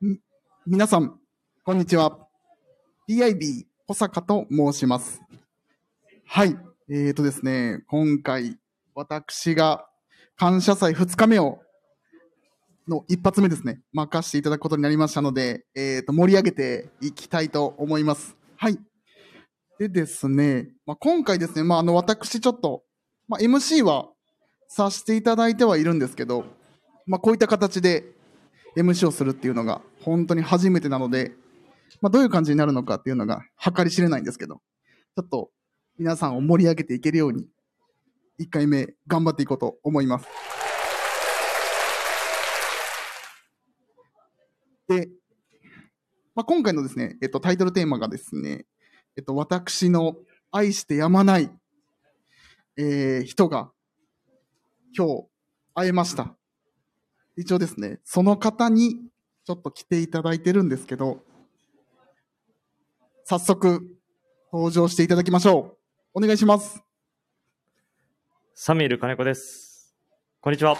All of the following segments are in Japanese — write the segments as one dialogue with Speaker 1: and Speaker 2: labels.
Speaker 1: み皆さん、こんにちは。PIB 小坂と申します。はい。えーとですね、今回、私が感謝祭2日目を、の一発目ですね、任せていただくことになりましたので、えーと、盛り上げていきたいと思います。はい。でですね、まあ、今回ですね、まあ、あの、私ちょっと、まあ、MC はさせていただいてはいるんですけど、まあ、こういった形で MC をするっていうのが本当に初めてなので、まあ、どういう感じになるのかっていうのが計り知れないんですけど、ちょっと皆さんを盛り上げていけるように、1回目頑張っていこうと思います。で、まあ、今回のですね、えっと、タイトルテーマがですね、えっと、私の愛してやまない、えー人が今日会えました。一応ですね、その方にちょっと来ていただいてるんですけど、早速登場していただきましょう。お願いします。
Speaker 2: サミュエル金子です。こんにちは。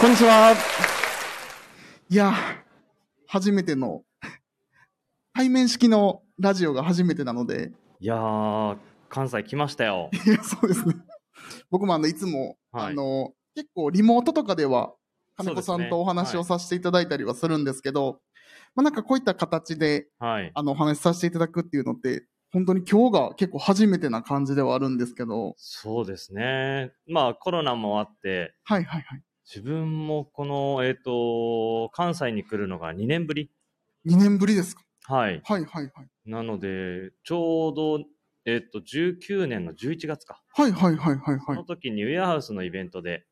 Speaker 1: こんにちは。いや、初めての、対面式のラジオが初めてなので、
Speaker 2: いやー、関西来ましたよ。
Speaker 1: いや、そうですね。僕もあの、いつも、
Speaker 2: はい
Speaker 1: あの、結構リモートとかでは、金子さ
Speaker 2: そうで
Speaker 1: ん
Speaker 2: すね
Speaker 1: とお話をさせていただいたりはするんですけど、まあなんかこういった形で、
Speaker 2: はい。
Speaker 1: あの、お話しさせていただくっていうのって、本当に今日が結構初めてな感じではあるんですけど、
Speaker 2: そうですね。まあ、コロナもあって、
Speaker 1: はいはいはい。
Speaker 2: 自分もこの、えっ、と、関西に来るのが2年ぶり。
Speaker 1: 2年ぶりですか
Speaker 2: はい。
Speaker 1: はいはいはい。
Speaker 2: なので、ちょうど、えっ、と、19年の11月か。
Speaker 1: はいはいはいはい
Speaker 2: そ
Speaker 1: は
Speaker 2: の
Speaker 1: い。
Speaker 2: 時にウェアハウスのイベントで、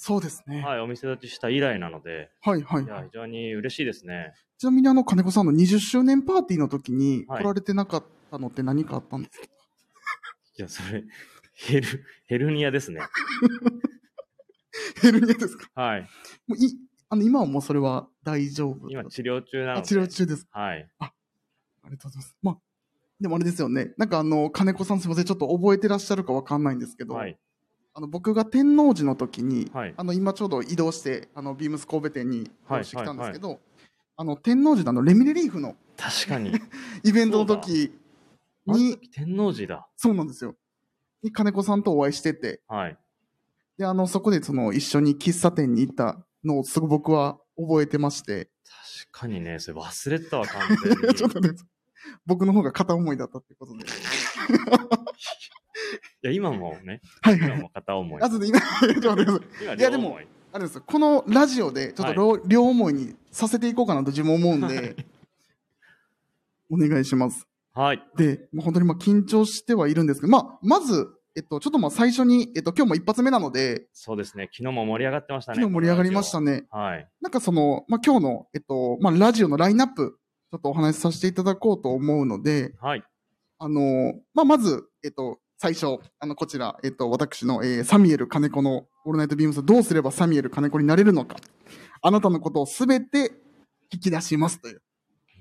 Speaker 1: そうですね。
Speaker 2: はい、お店立ちした以来なので、
Speaker 1: はいはい
Speaker 2: いや
Speaker 1: はい、
Speaker 2: 非常に嬉しいですね。
Speaker 1: ちなみにあの、金子さんの20周年パーティーの時に
Speaker 2: は
Speaker 1: 来
Speaker 2: い
Speaker 1: られてなかったのって何かあったんですか、
Speaker 2: いや、それ、ヘル、ヘルニアですね。
Speaker 1: ヘルニアですか
Speaker 2: はい。
Speaker 1: もういあの今はもうそれは大丈夫
Speaker 2: 今、治療中なの
Speaker 1: あ
Speaker 2: で。
Speaker 1: 治療中です。
Speaker 2: はい。
Speaker 1: ありがとうございます。まあ、でもあれですよね。なんかあの、金子さんすいません。ちょっと覚えてらっしゃるかわかんないんですけど、
Speaker 2: はい。
Speaker 1: あの僕が天王寺の時に、
Speaker 2: はい
Speaker 1: あの今ちょうど移動して、あのビームス神戸店に移動してきたんですけど、あの天王寺のあのレミレリーフの
Speaker 2: 確 かに。
Speaker 1: イベントの時
Speaker 2: あの
Speaker 1: に、
Speaker 2: 時天王寺だ。
Speaker 1: そうなんですよ。に金子さんとお会いしてて、
Speaker 2: はい。
Speaker 1: で、あの、そこでその一緒に喫茶店に行ったのをすごく僕は覚えてまして、
Speaker 2: 確かにね、それ忘れてたわ、完全
Speaker 1: いや ちょっ
Speaker 2: に。
Speaker 1: とね、僕の方が片思いだったってことで。
Speaker 2: いや、今もね、
Speaker 1: はいはい
Speaker 2: 今
Speaker 1: はい。
Speaker 2: も片思い
Speaker 1: あ。とで今、ち ょっと待ってください。
Speaker 2: 今
Speaker 1: いや
Speaker 2: 両思い。
Speaker 1: あれですよこのラジオでちょっと両,、両思いにさせていこうかなと自分思うんで、
Speaker 2: はい
Speaker 1: お願いします。
Speaker 2: はい。
Speaker 1: で、もう本当にまあ緊張してはいるんですけど、まあ、まず、えっと、ちょっとまあ最初に、えっと、今日も一発目なので、
Speaker 2: そうですね、昨日も盛り上がってましたね。
Speaker 1: 昨日盛り上がりましたね。
Speaker 2: はい。
Speaker 1: なんかその、まあ、今日の、えっと、まあ、ラジオのラインナップ、ちょっとお話しさせていただこうと思うので、
Speaker 2: はい。
Speaker 1: あのまあ、まず、えっと、最初、あの、こちら、えっと、私の、えーサミュエル金子のオールナイトビームスどうすればサミュエル金子になれるのか。あなたのことをすべて引き出しますという。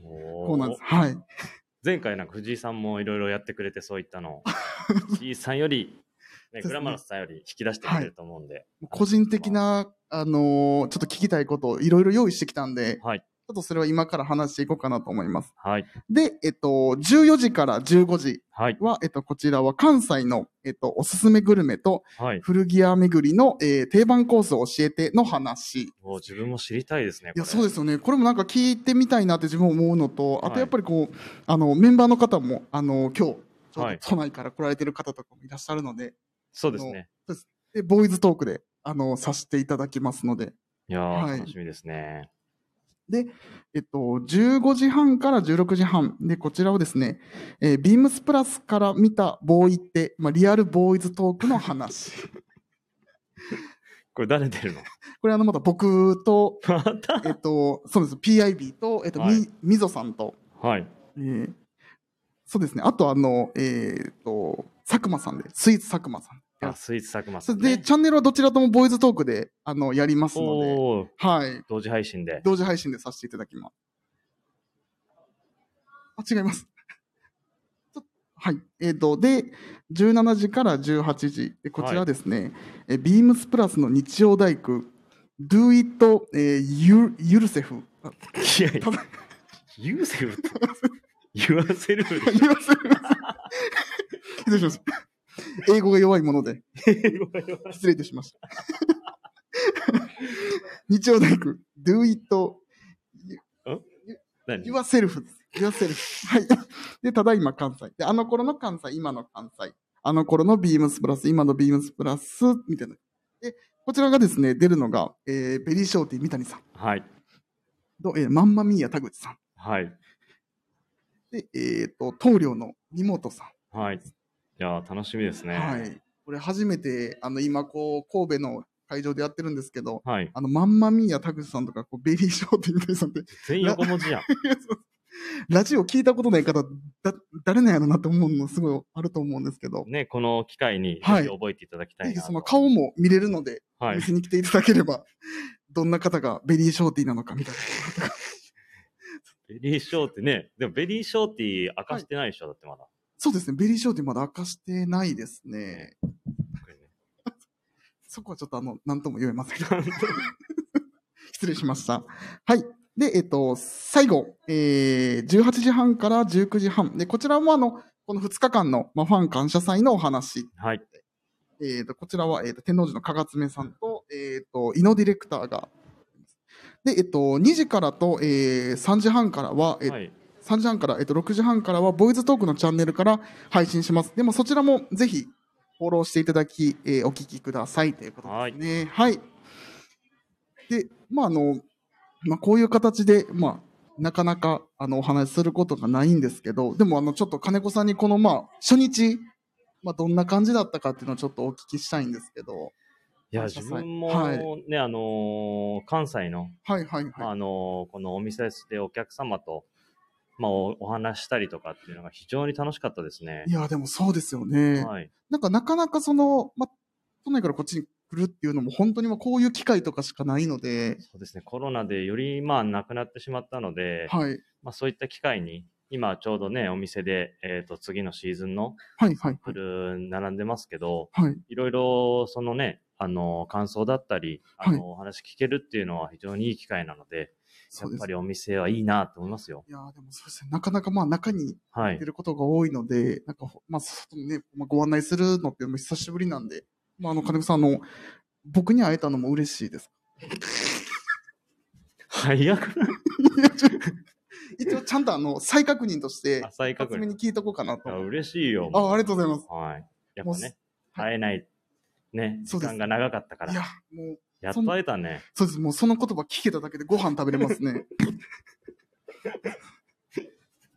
Speaker 1: こ
Speaker 2: こ
Speaker 1: うなんです。はい。
Speaker 2: 前回なんか藤井さんもいろいろやってくれて、そういっ たのを。藤井さんより、ね、
Speaker 1: そうですね
Speaker 2: グラマラスさんより引き出してくれると思うんで。
Speaker 1: 個人的な、あのーちょっと聞きたいことをいろいろ用意してきたんで、
Speaker 2: はい
Speaker 1: ちょっとそれは今から話していこうかなと思います。
Speaker 2: はい。
Speaker 1: で、えっと、14時から15時
Speaker 2: はい。
Speaker 1: は、えっと、こちらは関西の、えっと、おすすめグルメと
Speaker 2: はい。
Speaker 1: 古着屋巡りの、えー定番コースを教えての話。
Speaker 2: もう自分も知りたいですね。
Speaker 1: いやそう
Speaker 2: で
Speaker 1: ですよね、これもなんか聞いてみたいなって自分思うのと、あ
Speaker 2: は
Speaker 1: と
Speaker 2: い
Speaker 1: やっぱりこう、あのメンバーの方も、あの今日ちょう
Speaker 2: は
Speaker 1: ど
Speaker 2: い
Speaker 1: 都内から来られてる方とかもいらっしゃるので、
Speaker 2: す。そうですね。
Speaker 1: でボーイズトークであのさせていただきますので、
Speaker 2: いやー、
Speaker 1: はい
Speaker 2: 楽しみですね。
Speaker 1: えっと、15時半から16時半で、こちらをですね、えー、ビームスプラスから見たボーイって、まあ、リアルボーイズトークの 話。
Speaker 2: これ誰出るの
Speaker 1: これあのまた僕 と、
Speaker 2: また
Speaker 1: えっと、そうです、PIB と、えっと、
Speaker 2: はい
Speaker 1: みみぞさんと、
Speaker 2: はい。
Speaker 1: えーそうですね。あと、あの、えーっと、佐久間さんで、スイーツ佐久間さん。
Speaker 2: あ、スイーツ佐久間
Speaker 1: そ
Speaker 2: さん、
Speaker 1: れで、
Speaker 2: ね。
Speaker 1: チャンネルはどちらともボーイズトークで、あの、やりますので、
Speaker 2: おー
Speaker 1: はい。
Speaker 2: 同時配信で。
Speaker 1: 同時配信でさせていただきます。あ、違います。 ちょはい。えっ、と、で、17時から18時。でこちらはですね、えビームスプラスの日曜大工、 Do it、えー、you- yourself。
Speaker 2: いやいや、ユーセルって言わ せる。
Speaker 1: yourself 失礼しました 英語が弱いもので、失礼いたしました。 日曜大工、do it
Speaker 2: 何
Speaker 1: 言わせるふです。言わせるふ。はい。で、ただいま関西。で、あの頃の関西、今の関西。あの頃のビームスプラス、今のビームスプラス、みたいな。で、こちらがですね、出るのが、えーベリーショーティー三谷さん
Speaker 2: はい。
Speaker 1: と、えーマンマミーヤ田口さん。
Speaker 2: はい。
Speaker 1: で、えっ、と、棟梁の二本さん。
Speaker 2: はい。いやー、楽しみですね。
Speaker 1: はい。これ初めて、あの、今、こう、神戸の会場でやってるんですけど、
Speaker 2: はい。
Speaker 1: あの、マンマミーヤ田口さんとか、こうベリーショーティー三谷さんって、
Speaker 2: 全員横文字やん。
Speaker 1: ラジオ聞いたことない方、だ、誰なんやろなって思うのすごいあると思うんですけど、
Speaker 2: ね、この機会に、ぜひ
Speaker 1: はい
Speaker 2: 覚えていただきた
Speaker 1: ぜ
Speaker 2: い
Speaker 1: ひ
Speaker 2: な
Speaker 1: その
Speaker 2: と。
Speaker 1: 顔も見れるので、
Speaker 2: は
Speaker 1: お
Speaker 2: い。
Speaker 1: 店に来ていただければ、どんな方がベリーショーティーなのかみたいな。
Speaker 2: ベリーショーってね、でもベリーショーティー明かしてないでしょ、だってまだ。
Speaker 1: そうですね、ベリーショーティーまだ明かしてないですね。
Speaker 2: これね
Speaker 1: そこはちょっとあの、なんとも言えません。 失礼しました。はい。で、えっと、最後、えー、18時半から19時半。で、こちらもあの、この2日間の、まあ、ファン感謝祭のお話
Speaker 2: はい。
Speaker 1: えー、とこちらは、えー、と天王寺の加賀爪さんと,、えー、と井野ディレクターが。で、えっと、2時からと、えー、3時半からは、えー
Speaker 2: はい。
Speaker 1: 3時半から、えっと、6時半からは、ボーイズトークのチャンネルから配信します。でも、そちらもぜひ、フォローしていただき、えーお聞きくださいということですね。はい。で、まあ、あの、まあ、こういう形で、まあ、なかなか、あの、お話しすることがないんですけど、でも、あの、ちょっと金子さんに、この、まあ、初日、まあ、どんな感じだったかっていうのをちょっとお聞きしたいんですけど、
Speaker 2: いや、
Speaker 1: 感謝
Speaker 2: 自
Speaker 1: 祭
Speaker 2: 分も
Speaker 1: はい
Speaker 2: ね、あのー関西の、
Speaker 1: はいはいはい。
Speaker 2: まああのーこのお店でお客様と、まあ、おお話ししたりとかっていうのが非常に楽しかったですね
Speaker 1: い。や、でもそうですよね。
Speaker 2: はい。
Speaker 1: なんかなかなかその、まあ、都内からこっちに来るっていうのも本当にもうこういう機会とかしかないので、
Speaker 2: そうですね、コロナでより、まあ、なくなってしまったので、
Speaker 1: はい、
Speaker 2: まあ、そういった機会に、今ちょうどね、お店で、えっ、と、次のシーズンの
Speaker 1: はい、はい、
Speaker 2: フル並んでますけど、
Speaker 1: はい、
Speaker 2: いろいろ、そのね、あの、感想だったり、あの、お話聞けるっていうのは非常にいい機会なので、
Speaker 1: そ
Speaker 2: やっ
Speaker 1: うです
Speaker 2: ぱ。りお店はいいなと思いますよ。
Speaker 1: いやーでもそうですね、なかなかまあ中に
Speaker 2: はい
Speaker 1: 出。ることが多いので、なんかほ、まあ、外にね、まあ、ご案内するのってもう久しぶりなんで、まあ、あの、金子さん、あの、僕に会えたのも嬉しいです。
Speaker 2: 早くない
Speaker 1: いやちょっと一応、ちゃんとあの、再確認と して、
Speaker 2: 浅い確
Speaker 1: 初め
Speaker 2: 認。
Speaker 1: に聞いとこうかなと。
Speaker 2: いや嬉しいよ。
Speaker 1: あ、ありがとうございます。
Speaker 2: はい。やっ
Speaker 1: もう
Speaker 2: ぱね
Speaker 1: す、
Speaker 2: 会えない、ね、
Speaker 1: そ
Speaker 2: 時
Speaker 1: うです
Speaker 2: 間が長かったか
Speaker 1: いや
Speaker 2: ら、、
Speaker 1: もう、
Speaker 2: やっと会えたね。
Speaker 1: そうです。もうその言葉聞けただけでご飯食べれますね。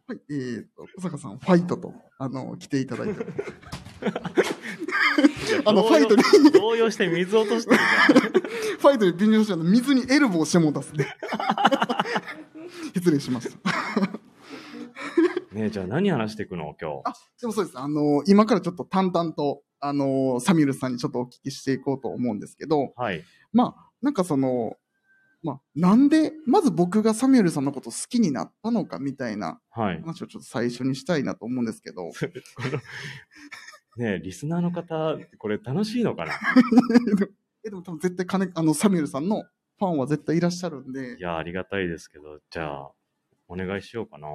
Speaker 1: はい、えーと、小坂さん、ファイトと、あの、来ていただいて。あの、フ
Speaker 2: 動
Speaker 1: ァ
Speaker 2: 揺
Speaker 1: イトに、フ
Speaker 2: 動揺して水落としてるじゃん。
Speaker 1: ァイトに 便乗して、あの水にエルボーしてもうたっすね。 失礼しました。
Speaker 2: ねえ、じゃあ何話していくの今日。
Speaker 1: あ、でもそうです。あの、今からちょっと淡々と、あの、サミュエルさんにちょっとお聞きしていこうと思うんですけど、
Speaker 2: はい。
Speaker 1: まあ、なんかその、まあ、なんで、まず僕がサミュエルさんのこと好きになったのかみたいな
Speaker 2: はい。
Speaker 1: 話をちょっと最初にしたいなと思うんですけど、
Speaker 2: ねえ、リスナーの方、これ楽しいのかな
Speaker 1: えでも多分絶対金あのサミュエルさんのファンは絶対いらっしゃるんで
Speaker 2: い、や、ありがたいですけど、じゃあ、お願いしようかな。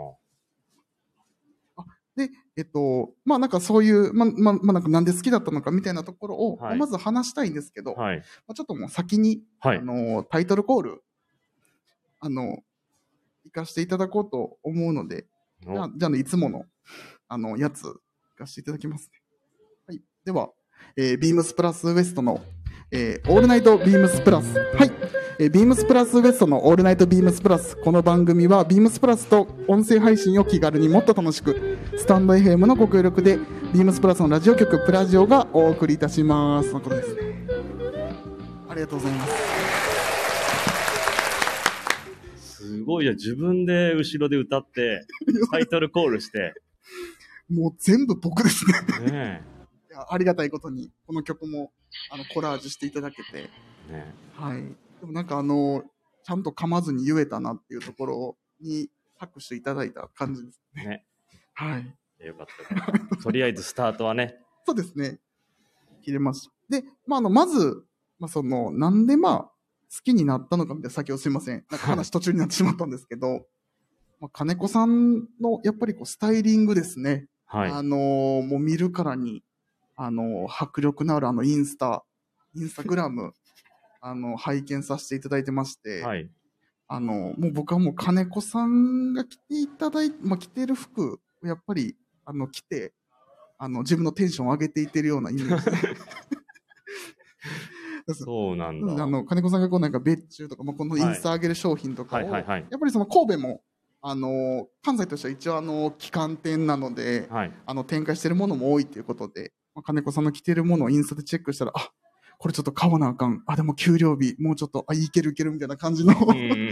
Speaker 1: で、えっと、まあなんかそういう、まあ、まあ、まあなんかなんで好きだったのかみたいなところを、
Speaker 2: はい
Speaker 1: まず話したいんですけど、ま
Speaker 2: はい。
Speaker 1: あ、ちょっともう先に、
Speaker 2: はい
Speaker 1: あ。のタイトルコール、あの、行かせていただこうと思うので、じゃあ、じゃあねいつもの、あの、やつ、行かせていただきますね。はい。では、えー、ビームスプラスウエストの、えーオールナイトビームスプラス。はい。えー、ビームスプラスウエストのオールナイトビームスプラス。この番組は、ビームスプラスと音声配信を気軽にもっと楽しく、スタンド FM のご協力で、ビームスプラスのラジオ局、プラジオがお送りいたします。のことですね。ありがとうございます。
Speaker 2: すごい、じゃあ自分で後ろで 歌って、タイトルコールして、
Speaker 1: もう全部僕ですね。
Speaker 2: ね
Speaker 1: いやありがたいことに、この曲も、あの、コラージュしていただけて、
Speaker 2: え、ね
Speaker 1: はい。でもなんかあの、ちゃんと噛まずに言えたなっていうところに拍手いただいた感じです
Speaker 2: え、ね
Speaker 1: はい。
Speaker 2: え。よかったよかった。とりあえずスタートはね、
Speaker 1: そうですね。切れました。で、まあ、あの、まず、まあ、その、なんでまあ、きになったのかみたいな、先ほどすいません。なんか話途中になってしまったんですけど、まあ、金子さんのやっぱりこうスタイリングですね。
Speaker 2: はい。
Speaker 1: あのーもう見るからに、あのー迫力のあるあのインスタ、インスタグラム、あの、拝見させていただいてまして、
Speaker 2: はい。
Speaker 1: あの、もう僕はもう金子さんが着ていただいて、まあ、着てる服、やっぱり、あの、着て、あの、自分のテンションを上げていってるようなイメージ。
Speaker 2: そうなん
Speaker 1: うん
Speaker 2: だ。
Speaker 1: あ
Speaker 2: は
Speaker 1: の、金子さんがこうなんか別注とか、まあ、このインスタ上げる商品とかを、
Speaker 2: いはいはい。
Speaker 1: やっぱりその神戸も、あの、関西としては一応あの、旗艦店なので、
Speaker 2: はい。
Speaker 1: あの、展開してるものも多いということで、まあ、金子さんの着てるものをインスタでチェックしたら、あ、これちょっと買わなあかん。あ、でも給料日、もうちょっと、あ、いけるいけるみたいな感じの、
Speaker 2: うんうんうん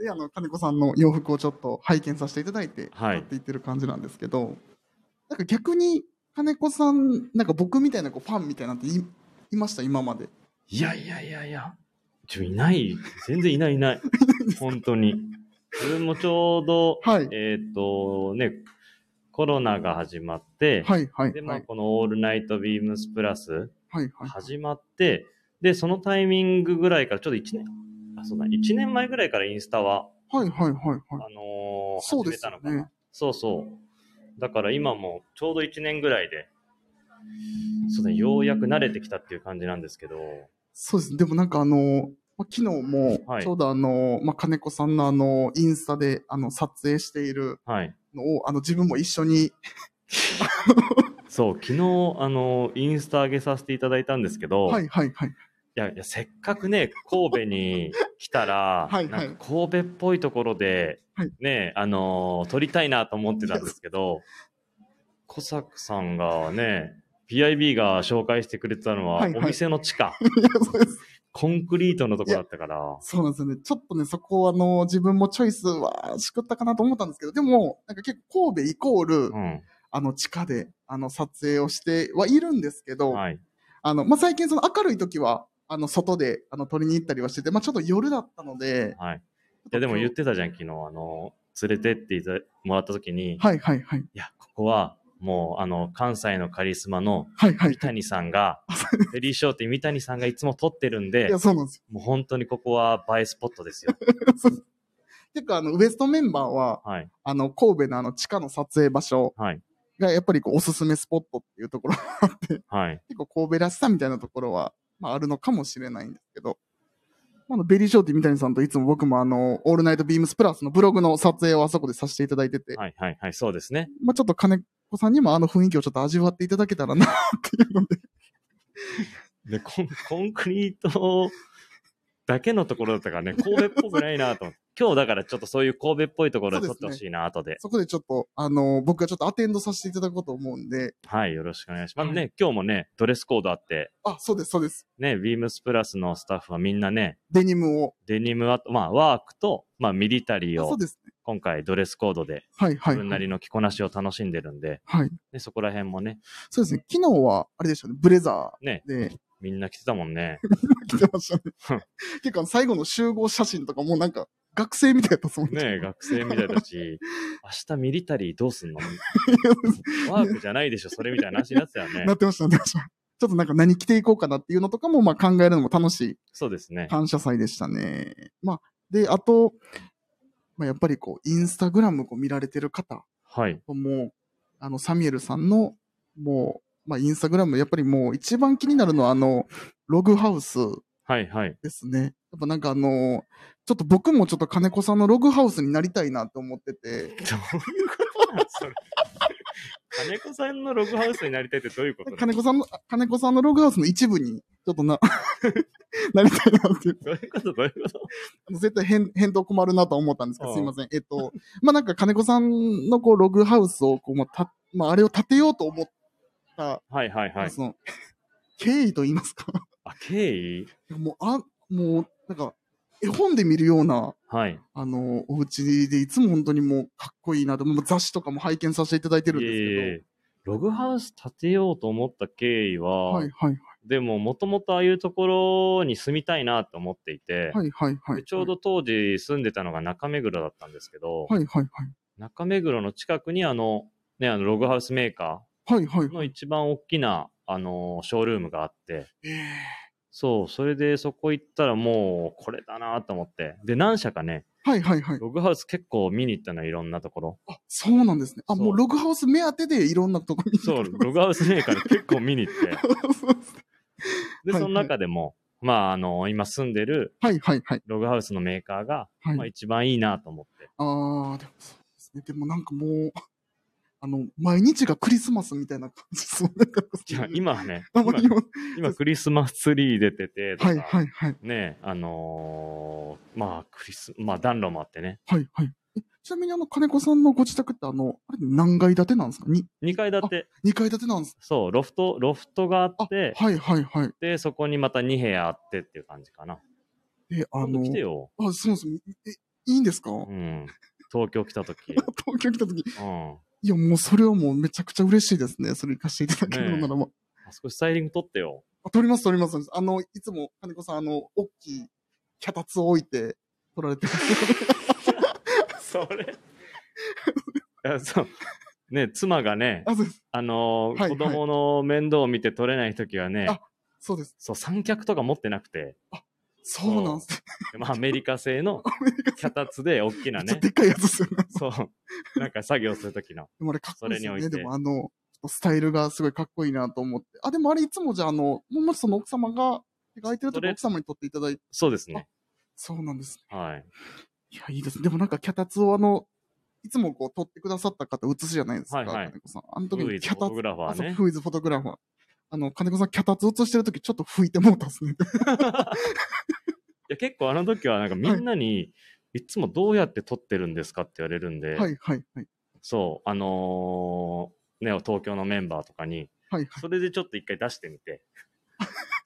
Speaker 1: で、あの、金子さんの洋服をちょっと拝見させていただいて、
Speaker 2: は
Speaker 1: 買
Speaker 2: い
Speaker 1: っていってる感じなんですけど、なんか逆に、金子さん、なんか僕みたいなこうファンみたいなんていいました、今まで。
Speaker 2: いやいやいやいや。ちょ、いない。全然いない いない。本当に。自分もちょうど、
Speaker 1: はい。
Speaker 2: えーっと、ね、コロナが始まって、
Speaker 1: はい、はい、
Speaker 2: で、
Speaker 1: は
Speaker 2: まあ、
Speaker 1: い、
Speaker 2: このオールナイトビームスプラス
Speaker 1: はい、はい。
Speaker 2: 始まって、で、そのタイミングぐらいから、ちょっと1年、あ、そうだ、1年前ぐらいからインスタは、
Speaker 1: はい、はい、はい、
Speaker 2: あ
Speaker 1: はい。
Speaker 2: のー
Speaker 1: そう
Speaker 2: 始
Speaker 1: で
Speaker 2: め
Speaker 1: す
Speaker 2: たの
Speaker 1: よ
Speaker 2: かな。
Speaker 1: ね。
Speaker 2: そうそう。だから今もちょうど1年ぐらいで、そうだね、ようやく慣れてきたっていう感じなんですけど、
Speaker 1: そうです。でもなんかあの、まあ昨日も
Speaker 2: は、い
Speaker 1: ちょうどあの、まあ、金子さんのあの、インスタで、あの、撮影している
Speaker 2: はい。
Speaker 1: のを、あの、自分も一緒に、
Speaker 2: そう、昨日、あの、インスタ上げさせていただいたんですけど、、
Speaker 1: はいい、はい、はい。
Speaker 2: や、いやせっかくね、神戸に来たら
Speaker 1: 、はいはい
Speaker 2: なんか神戸っぽいところで、
Speaker 1: はい
Speaker 2: ね、あの撮りたいなと思ってたんですけど、小作さんがね、PIB が紹介してくれてたのは、
Speaker 1: はいはい
Speaker 2: お店の地下、
Speaker 1: いや、そうです。
Speaker 2: コンクリートのとこだったから、
Speaker 1: そうなんですよね。ちょっとね、そこはあの、自分もチョイスはしくったかなと思ったんですけど、でも、なんか結構神戸イコール、
Speaker 2: うん、
Speaker 1: あの、地下で、あの、撮影をしてはいるんですけど、
Speaker 2: はい。
Speaker 1: あの、まあ、最近その明るい時は、あの、外で、あの、撮りに行ったりはしてて、まあ、ちょっと夜だったので、
Speaker 2: はい。いや、でも言ってたじゃん、昨日、あの、連れてっていたもらった時に、い、
Speaker 1: はいはいはい。
Speaker 2: や、ここは、もう、あの、関西のカリスマの
Speaker 1: はいはい
Speaker 2: 三。谷さん が、フェリーショーティー三谷さんがいつも撮ってるん
Speaker 1: い
Speaker 2: で
Speaker 1: や、、そうなんですよ。
Speaker 2: もう本当にここは映えスポットですよ。
Speaker 1: 結構あの、ウエストメンバーは、
Speaker 2: はい。
Speaker 1: あの、神戸のあの、地下の撮影場所
Speaker 2: はい。
Speaker 1: が、やっぱりこう、おすすめスポットっていうところ、
Speaker 2: はい。
Speaker 1: 結構神戸らしさみたいなところは、まあ、あるのかもしれないんですけど、まああの、ベリーショーティー三谷さんといつも僕もあの、オールナイトビームスプラスのブログの撮影をあそこでさせていただいてて、
Speaker 2: はい。はい。はい。そうですね。
Speaker 1: まあ、ちょっと金子さんにもあの雰囲気をちょっと味わっていただけたらなっていうので。
Speaker 2: で、コンコンクリートだけのところだったからね、神戸っぽくないなと思って。 今日だからちょっとそういう神戸っぽいところで撮ってほしいな、後で。
Speaker 1: そこでちょっと、あの僕がちょっとアテンドさせていただこうと思うんで、
Speaker 2: はい。よろしくお願いします。まあ
Speaker 1: は
Speaker 2: ね、今日もね、ドレスコードあって、
Speaker 1: あ、そうです、そうです。
Speaker 2: ね、ビームスプラスのスタッフはみんなね、
Speaker 1: デニムを。
Speaker 2: デニムあと、まあ、ワークと、まあ、ミリタリー
Speaker 1: あそ
Speaker 2: を
Speaker 1: う、ですね。
Speaker 2: 今回ドレスコードで、
Speaker 1: はい、はい。
Speaker 2: 自分なりの着こなしを楽しんでるんで、
Speaker 1: はい。
Speaker 2: でそこら辺もね、
Speaker 1: そうですね。昨日は、あれでしたね、ブレザ
Speaker 2: ね
Speaker 1: ー、で
Speaker 2: みんな着てたもんね。
Speaker 1: 来てました ね。結構あの最後の集合写真とかもうなんか、学生みたいだったそう
Speaker 2: ね学生みたいだし、明日ミリタリーどうすんのワークじゃないでしょ、それみたいな話になってたよね
Speaker 1: な。ってました、なってました。ちょっとなんか何着ていこうかなっていうのとかも、まあ考えるのも楽しい
Speaker 2: そうですね。
Speaker 1: 感謝祭でしたね。まあ、で、あと、まあ、やっぱりこう、インスタグラムこう見られてる方
Speaker 2: はい。
Speaker 1: もう、あの、サミエルさんの、もう、まあ、インスタグラム、やっぱりもう一番気になるのは、あの、ログハウス
Speaker 2: はい、はい。
Speaker 1: ですね。やっぱなんかあの、ちょっと僕もちょっと金子さんのログハウスになりたいなと思って て、
Speaker 2: どういうことなんそれ。金子さんのログハウスになりたいってどういうことなの
Speaker 1: 金子さんの、金子さんのログハウスの一部に、ちょっとな、 なりたいなっていう
Speaker 2: どういうことどういうこと
Speaker 1: あの絶対変、返答困るなとは思ったんですけ
Speaker 2: あ
Speaker 1: ど、
Speaker 2: あ
Speaker 1: すいません。えっと、 まあ、なんか金子さんのこう、ログハウスを、こう、まあ、た、まあ、あれを建てようと思った、
Speaker 2: はい、はい、はい。
Speaker 1: その、経緯と言いますか。
Speaker 2: あ、経緯
Speaker 1: もう、あ、もう、なんか、絵本で見るような、
Speaker 2: はい。
Speaker 1: あの、お家でいつも本当にもう、かっこいいなと、もう雑誌とかも拝見させていただいてるんです
Speaker 2: いえい
Speaker 1: け
Speaker 2: えログハウス建てようと思った経緯
Speaker 1: ど。
Speaker 2: は、
Speaker 1: はいはい
Speaker 2: でももともとああいうところに住みたいなと思っていて、
Speaker 1: はいはいはい。
Speaker 2: でちょうど当時住んでたのが中目黒だったんですけど、
Speaker 1: はいはい
Speaker 2: 中目黒の近くにあの、ね、あのログハウスメーカ
Speaker 1: はい。はいはい
Speaker 2: ー。の一番大きな、あのーショールームがあって、
Speaker 1: ええ
Speaker 2: そう、それでそこ行ったらもうこれだなと思って。で、何社かね、
Speaker 1: はいはいはい。
Speaker 2: ログハウス結構見に行ったのいろんなところ。
Speaker 1: あ、そうなんですね。あ、
Speaker 2: そう
Speaker 1: もうログハウス目当てでいろんなとこ に。
Speaker 2: そう、ログハウスメーカーで結構見に行って。で、
Speaker 1: はい
Speaker 2: その中でも、まあ、あの、今住んでる
Speaker 1: はいはいはい。
Speaker 2: ログハウスのメーカーが、
Speaker 1: はい
Speaker 2: まあ、一番いいなと思って。
Speaker 1: あー、でもそうですね。でもなんかもう、 あの、毎日がクリスマスみたいな感じそう。なんか
Speaker 2: じゃあ、今はね、
Speaker 1: あ
Speaker 2: 今
Speaker 1: んまり言わ
Speaker 2: 今クリスマスツリー出ててとか、
Speaker 1: はいはいはい。
Speaker 2: ね、あのーまあ、クリス、まあ、暖炉もあってね、
Speaker 1: はいはい。えちなみにあの、金子さんのご自宅ってあの、あれ何階建てなんですかに
Speaker 2: 2階建て、
Speaker 1: ?2 階建てなんです。
Speaker 2: そう、ロフト、ロフトがあ
Speaker 1: あ、
Speaker 2: っ
Speaker 1: はい
Speaker 2: て、
Speaker 1: はいはい。
Speaker 2: で、そこにまた2部屋あってっていう感じかな。
Speaker 1: で、あ
Speaker 2: 今
Speaker 1: の
Speaker 2: 度、来てよ。
Speaker 1: あ、そうです。え、いいんですか、
Speaker 2: うん。東京来た時。
Speaker 1: 東京来た時。
Speaker 2: うん。
Speaker 1: いや、もうそれはもうめちゃくちゃ嬉しいですね。それ行かせていただけるのならば。
Speaker 2: あそこスタイリング撮って よ。
Speaker 1: あ撮ります、撮ります。あの、いつも金子さん、あの、大きい脚立を置いて撮られてます。
Speaker 2: そ れ。そう。ね、妻がね、
Speaker 1: あ、そうです。
Speaker 2: あのー
Speaker 1: はい
Speaker 2: 子供の面倒を見て取れない時はね、
Speaker 1: あそうです。
Speaker 2: そう、三脚とか持ってなくて、
Speaker 1: そうなんです。
Speaker 2: まあ、アメリカ製の脚立で大きな
Speaker 1: ちょっと、
Speaker 2: ね
Speaker 1: でっかいやつですよね。
Speaker 2: そう、なんか作業する時の。
Speaker 1: でもあれかっこいいですよね。
Speaker 2: それに置いて
Speaker 1: でもあの、スタイルがすごいかっこいいなと思って。あ、でもあれいつもじゃあ、あの、ももその奥様が描いてると
Speaker 2: そ
Speaker 1: こ
Speaker 2: れ
Speaker 1: 奥様に撮っていただいて。
Speaker 2: そうですね。
Speaker 1: そうなんです。
Speaker 2: はい。
Speaker 1: いや、いいですね。でもなんか脚立をあの、いつもこう撮ってくださった方写すじゃないですか。
Speaker 2: はいはい
Speaker 1: 金子さん。あの
Speaker 2: フ
Speaker 1: 時
Speaker 2: ー
Speaker 1: に
Speaker 2: イズ
Speaker 1: 脚
Speaker 2: フォト
Speaker 1: 立
Speaker 2: グラフ
Speaker 1: あ
Speaker 2: ァー
Speaker 1: そう
Speaker 2: ね。
Speaker 1: フイズフォトグラファー。あの、金子さん、脚立写してるとき、ちょっと拭いてもうたっすね。
Speaker 2: いや結構あの時はなんかみんなに、いつもどうやって撮ってるんですかって言われるんで、
Speaker 1: はい、はい、はい。
Speaker 2: そう、あのーね、東京のメンバーとかに、
Speaker 1: はい、はい。
Speaker 2: それでちょっと一回出して みて。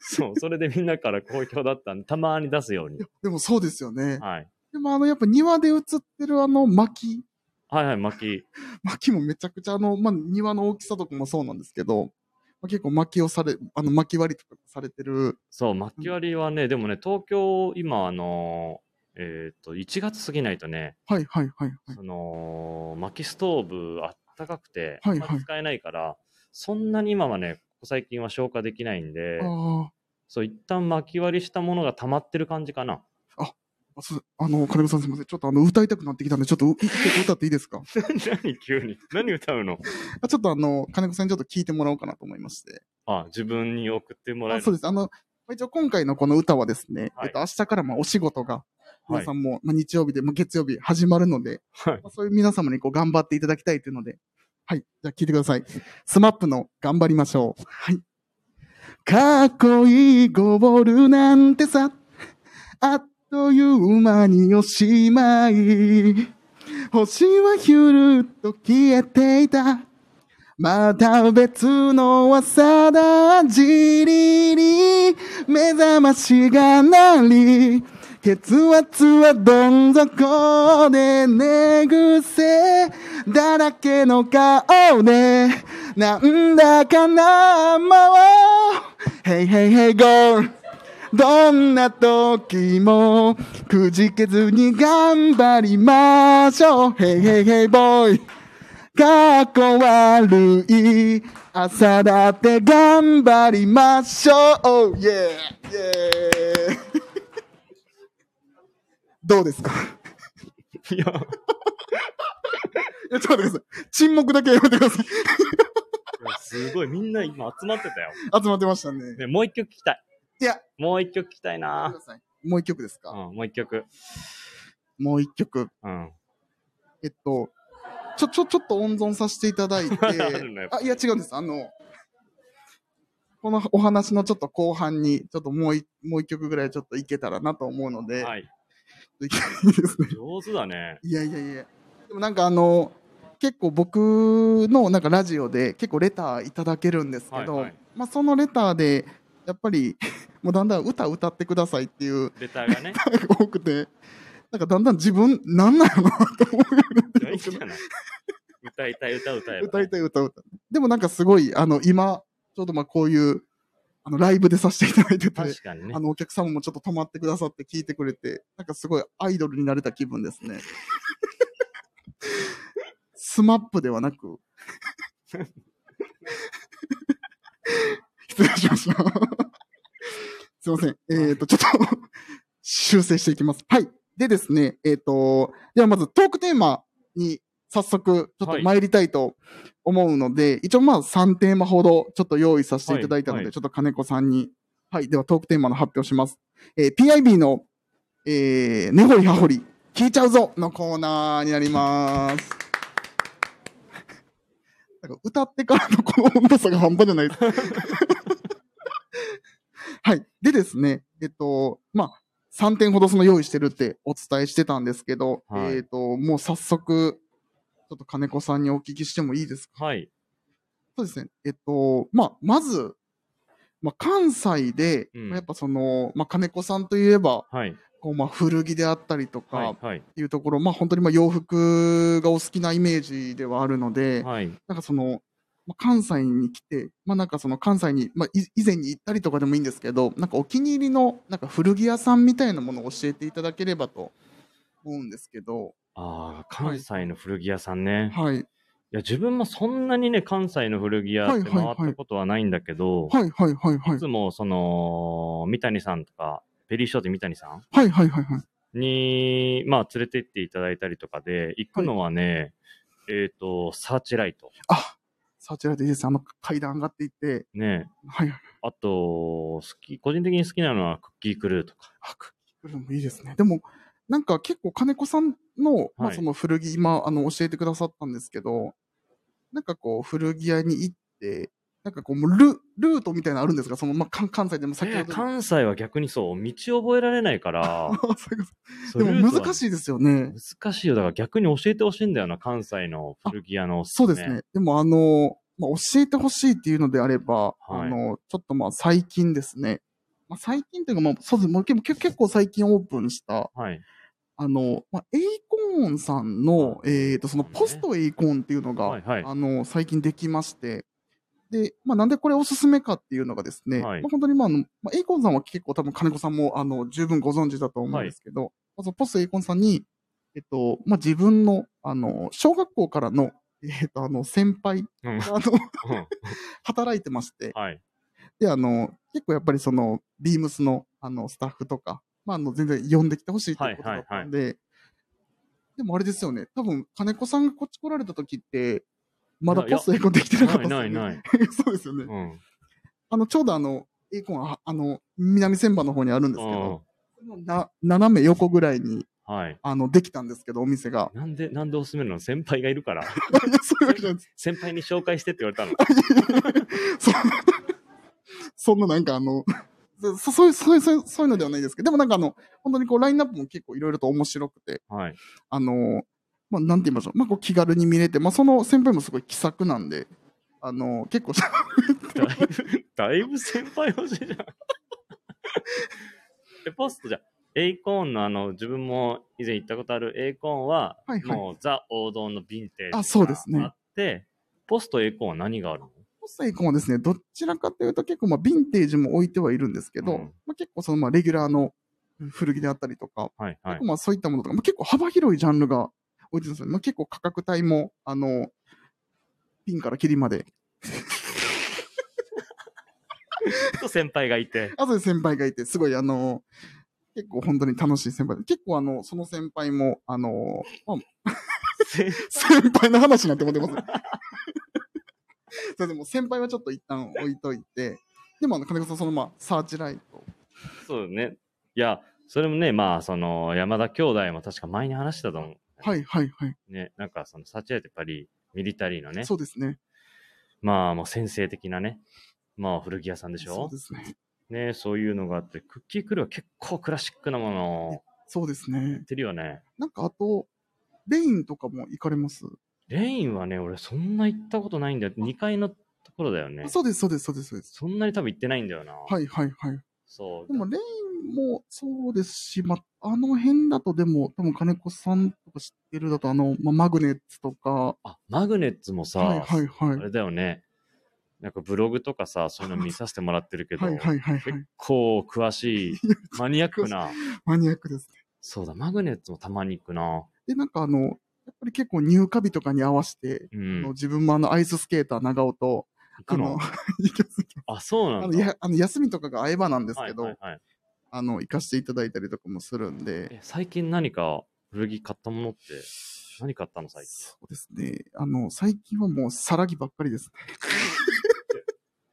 Speaker 2: そう、それでみんなから好評だったんで、たまに出すように
Speaker 1: いや。でもそうですよね。
Speaker 2: はい。
Speaker 1: でもあの、やっぱ庭で写ってるあの、薪。
Speaker 2: はいはい、巻き。
Speaker 1: 薪もめちゃくちゃあの、まあ、庭の大きさとかもそうなんですけど、まあ、結構薪をされ、あの、薪割りとかされてる。
Speaker 2: そう、巻き割りはね、でもね、東京、今、あのーえっ、と、1月過ぎないとね、
Speaker 1: はい、はい、はい、はい。
Speaker 2: その、巻きストーブあったかくて、
Speaker 1: はいはい
Speaker 2: あんまり使えないから、そんなに今はね、ここ最近は消化できないんで、
Speaker 1: あ
Speaker 2: そう、一旦巻き割りしたものが溜まってる感じ かな。
Speaker 1: あ、そう、あの、金子さんすみません。ちょっとあの、歌いたくなってきたんで、ちょっとう一曲歌っていいですか
Speaker 2: 何急に何歌うの
Speaker 1: あちょっとあの、金子さんにちょっと聞いてもらおうかなと思いまして。
Speaker 2: あ、自分に送ってもらえ
Speaker 1: あ
Speaker 2: る。
Speaker 1: そうです。あの、まあ一応今回のこの歌はですね、え
Speaker 2: はい
Speaker 1: っと、明日からまあお仕事が、
Speaker 2: は
Speaker 1: 皆
Speaker 2: い
Speaker 1: さんも、まあ、日曜日で、まあ、月曜日始まるので、
Speaker 2: はい
Speaker 1: まあそういう皆様にこう頑張っていただきたいというので、はい。じゃあ聞いてください。スマップの頑張りましょう。はい。かっこいいゴールなんてさ、あっという間におしまい。星はひゅるっと消えていた。また別の朝だ、じりり、目覚ましが鳴り、血圧はどん底で、寝癖だらけの顔で、なんだかな、もう、ヘイヘイヘイゴーどんな時もくじけずに頑張りましょう。ヘイヘイヘイボーイ。かっこ悪い朝だって頑張りましょうイェーイイェーイどうですか
Speaker 2: いや、
Speaker 1: いやちょっと待ってください。沈黙だけやめてください。
Speaker 2: すごい、みんな今集まってたよ。
Speaker 1: 集まってましたね。
Speaker 2: ね、もう一曲聞きたい。
Speaker 1: いや、
Speaker 2: もう一曲聞きたいな
Speaker 1: ごめんなさいもう一曲ですか、
Speaker 2: うん、もう一曲。
Speaker 1: もう一曲。
Speaker 2: うん。
Speaker 1: えっと、ちょ、ちょ、ちょっと温存させていただい て
Speaker 2: あるのよ、
Speaker 1: あ、いや違うんです。あの、このお話のちょっと後半に、ちょっともうい、もう一曲ぐらいちょっといけたらなと思うので、
Speaker 2: はい。
Speaker 1: いけないですね。
Speaker 2: 上手だね。
Speaker 1: いやいやいや。でもなんかあの、結構僕のなんかラジオで結構レターいただけるんですけど、
Speaker 2: はいはい
Speaker 1: まあそのレターで、やっぱり、 もうだんだん歌歌ってくださいっていう
Speaker 2: レターがね。
Speaker 1: 多くて、なんかだんだん自分、なんなのなと思うようになって
Speaker 2: いやいい
Speaker 1: る
Speaker 2: じゃない。歌いたい歌歌えば、
Speaker 1: 歌いたい歌を歌う。でもなんかすごい、あの、今、ちょうどまあこういう、あの、ライブでさせていただいてて、
Speaker 2: 確かにね
Speaker 1: あ。の、お客様もちょっと泊まってくださって聞いてくれて、なんかすごいアイドルになれた気分です ね。スマップではなく。失礼しました。すいません。えっ、と、ちょっと修正していきます。はい。でですね、えっ、と、ではまずトークテーマに早速ちょっと参りたいと思うので、一応まあ3テーマほどちょっと用意させていただいたので、
Speaker 2: はいはい
Speaker 1: ちょっと金子さんに。はい。ではトークテーマの発表します。えー PIB の、えー、根掘り葉掘り、聞いちゃうぞのコーナーになります。 なんか歌ってからのこの温度差が半端じゃないです。 はい。でですね、えっと、まあ、3点ほどその用意してるってお伝えしてたんですけど、
Speaker 2: はい
Speaker 1: えっと、もう早速、ちょっと金子さんにお聞きしてもいいですか
Speaker 2: はい。
Speaker 1: そうですね。えっと、まあ、まず、まあ、関西で、
Speaker 2: うん
Speaker 1: まあやっぱその、まあ、金子さんといえば、
Speaker 2: はい。
Speaker 1: こう、まあ、古着であったりと
Speaker 2: はい
Speaker 1: か。
Speaker 2: はい。
Speaker 1: っていうところ、まあ、本当にまあ洋服がお好きなイメージではあるので、
Speaker 2: はい。
Speaker 1: なんかその、まあ関西に来て、まあなんかその関西に、まあい以前に行ったりとかでもいいんですけど、なんかお気に入りのなんか古着屋さんみたいなものを教えていただければと思うんですけど、
Speaker 2: ああ、関西の古着屋さんね。い、
Speaker 1: はい、
Speaker 2: や、自分もそんなにね、関西の古着屋っ
Speaker 1: はいは
Speaker 2: て
Speaker 1: い
Speaker 2: 回
Speaker 1: は
Speaker 2: っ
Speaker 1: い
Speaker 2: たことはないんだけど、
Speaker 1: はいはいはいはい
Speaker 2: い、つも、その、三谷さんとか、ペリーショーテ三谷さん
Speaker 1: はいはいはいはい。
Speaker 2: に、まあ、連れてっていただいたりとかで、行くのはね、えっ、と、サーチライト。
Speaker 1: あ、そちらでいいです。あの階段上がっていって、
Speaker 2: ね。
Speaker 1: はいはい。
Speaker 2: あと、好き、個人的に好きなのはクッキークルーとか。
Speaker 1: あ、クッキークルーもいいですね。でも、なんか結構金子さんの、ま
Speaker 2: は
Speaker 1: あ
Speaker 2: い
Speaker 1: その古着、今、あの、教えてくださったんですけど、なんかこう、古着屋に行って、なんかこう、もうルルートみたいなのあるんですかその、まあ、関関西でも先ほど。
Speaker 2: 関西は逆にそう、道覚えられないか
Speaker 1: あ
Speaker 2: ら、
Speaker 1: そういうこと
Speaker 2: そう
Speaker 1: でも難
Speaker 2: い
Speaker 1: しいですよね。
Speaker 2: 難しいよ。だから逆に教えてほしいんだよな、関西の古着屋のおすす
Speaker 1: そ
Speaker 2: め
Speaker 1: うですね。。でも、あの、まあ、教えてほしいっていうのであれば、
Speaker 2: はい
Speaker 1: あの、ちょっとまあ、最近ですね。まあ、最近というか、まあ、そうですね。もう結構結構最近オープンした、
Speaker 2: はい。
Speaker 1: あの、まあ、エイコーンさんの、えっ、と、そのポストエイコーンっていうのが、
Speaker 2: はいはい。
Speaker 1: あの、最近できまして、で、まあ、なんでこれおすすめかっていうのがですね、
Speaker 2: はい
Speaker 1: まあ、本当に、まあ、あの、まあ、エイコンさんは結構多分金子さんも、あの、十分ご存知だと思うんですけど、まずポストエイコンさんに、えっと、まあ、自分の、あの、小学校からの、えっと、あの、先輩
Speaker 2: うん
Speaker 1: が、あの、 働いてまして、
Speaker 2: はい。
Speaker 1: で、あの、結構やっぱりその、ビームスの、あの、スタッフとか、まあ、あの、全然呼んできてほしいということだったんで、でもあれですよね、多分、金子さんがこっち来られた時って、まだ
Speaker 2: いや
Speaker 1: ポストエイコンできてなかっ
Speaker 2: な
Speaker 1: た
Speaker 2: い
Speaker 1: ですよ
Speaker 2: な
Speaker 1: ね
Speaker 2: いない。
Speaker 1: そうですよね。
Speaker 2: うん。
Speaker 1: あの、ちょうどあの、エイコンは、あの、南千葉の方にあるんですけ
Speaker 2: う
Speaker 1: ど、
Speaker 2: ん
Speaker 1: な斜め横ぐらいに、
Speaker 2: はい。
Speaker 1: あの、できたんですけど、お店が。
Speaker 2: なんで、なんでおすすめなの先輩がいるから。
Speaker 1: いや、そういうわけじゃないです。
Speaker 2: 先輩に紹介してって言われたの。
Speaker 1: そんな、 そんななんかあの、そそういう、そういう、そういうそういうのではないですけど、でもなんかあの、本当にこう、ラインナップも結構いろいろと面白くて、
Speaker 2: はい。
Speaker 1: あの、まあ、なんて言いましょう。まあ、こう、気軽に見れて、まあ、その先輩もすごい気さくなんで、あの、結構、
Speaker 2: だい ぶ、だいぶ先輩欲しいじゃん。 え、ポストじゃん。エイコーンのあの、自分も以前行ったことあるエイコーンは、
Speaker 1: はいはい
Speaker 2: もうザ王道のヴィンテージが
Speaker 1: あそうですね
Speaker 2: あって、ポストエイコーンは何があるの
Speaker 1: ポストエイコンはですね、どちらかというと結構まあヴィンテージも置いてはいるんですけど、
Speaker 2: うん
Speaker 1: まあ、結構そのまあレギュラーの古着であったりとか、
Speaker 2: はいはい
Speaker 1: 結構。まあそういったものとか、まあ、結構幅広いジャンルが置いてるんですよね。まあ、結構価格帯も、あの、ピンからキリまで、
Speaker 2: と先輩がいて。
Speaker 1: あとで先輩がいて、すごいあの、結構本当に楽しい先輩で、結構あの、その先輩も、あの、まあ、
Speaker 2: せ
Speaker 1: 先輩の話になってもってます。 それでも先輩はちょっと一旦置いといて、でもあの金子さん、そのまあ、サーチライト。
Speaker 2: そうね。いや、それもね、まあ、その、山田兄弟も確か前に話したと思
Speaker 1: はいはいはい。
Speaker 2: う。ね、なんかその、サチュライトやっぱり、ミリタリーのね、
Speaker 1: そうですね。
Speaker 2: まあ、もう先生的なね、まあ、古着屋さんでし
Speaker 1: そ
Speaker 2: ょ
Speaker 1: うですね。
Speaker 2: ね、そういうのがあって、クッキークルーは結構クラシックなものを売
Speaker 1: そうですね
Speaker 2: っ。てるよね。
Speaker 1: なんかあと、レインとかも行かれます、
Speaker 2: レインはね、俺そんな行ったことないんだよ。2階のところだよね。
Speaker 1: そうです、そうです、そうです、そうです。
Speaker 2: そんなに多分行ってないんだよな。
Speaker 1: はいはいはい。
Speaker 2: そう。
Speaker 1: でもレインもそうですし、まあ、あの辺だとでも、多分金子さんとか知ってるだと、あの、まあ、マグネッツとか、
Speaker 2: あ、マグネッツもさ、
Speaker 1: はいはいはい
Speaker 2: あ。れだよね。なんかブログとかさ、そういうの見させてもらってるけど、
Speaker 1: はいはいはいは
Speaker 2: 結
Speaker 1: い。
Speaker 2: 構詳しい、マニアッ クな。
Speaker 1: マニアックですね。
Speaker 2: そうだ、マグネッツもたまに行くな。
Speaker 1: で、なんかあの、やっぱり結構入荷日とかに合わせて、
Speaker 2: う
Speaker 1: あの
Speaker 2: ん。
Speaker 1: 自分もあのアイススケーター長尾と、
Speaker 2: 行
Speaker 1: あ
Speaker 2: く
Speaker 1: の 行
Speaker 2: の、
Speaker 1: きます行きます
Speaker 2: あ、そう
Speaker 1: あ
Speaker 2: な
Speaker 1: の
Speaker 2: んだ。
Speaker 1: やあの休みとかが合えばなんです
Speaker 2: はい
Speaker 1: けど、
Speaker 2: はいはい
Speaker 1: あの、行かせていただいたりとかもするんで、
Speaker 2: え最近何か古着買ったものって、何買ったの最近。
Speaker 1: そうですね。あの、最近はもう、さらぎばっかりですね。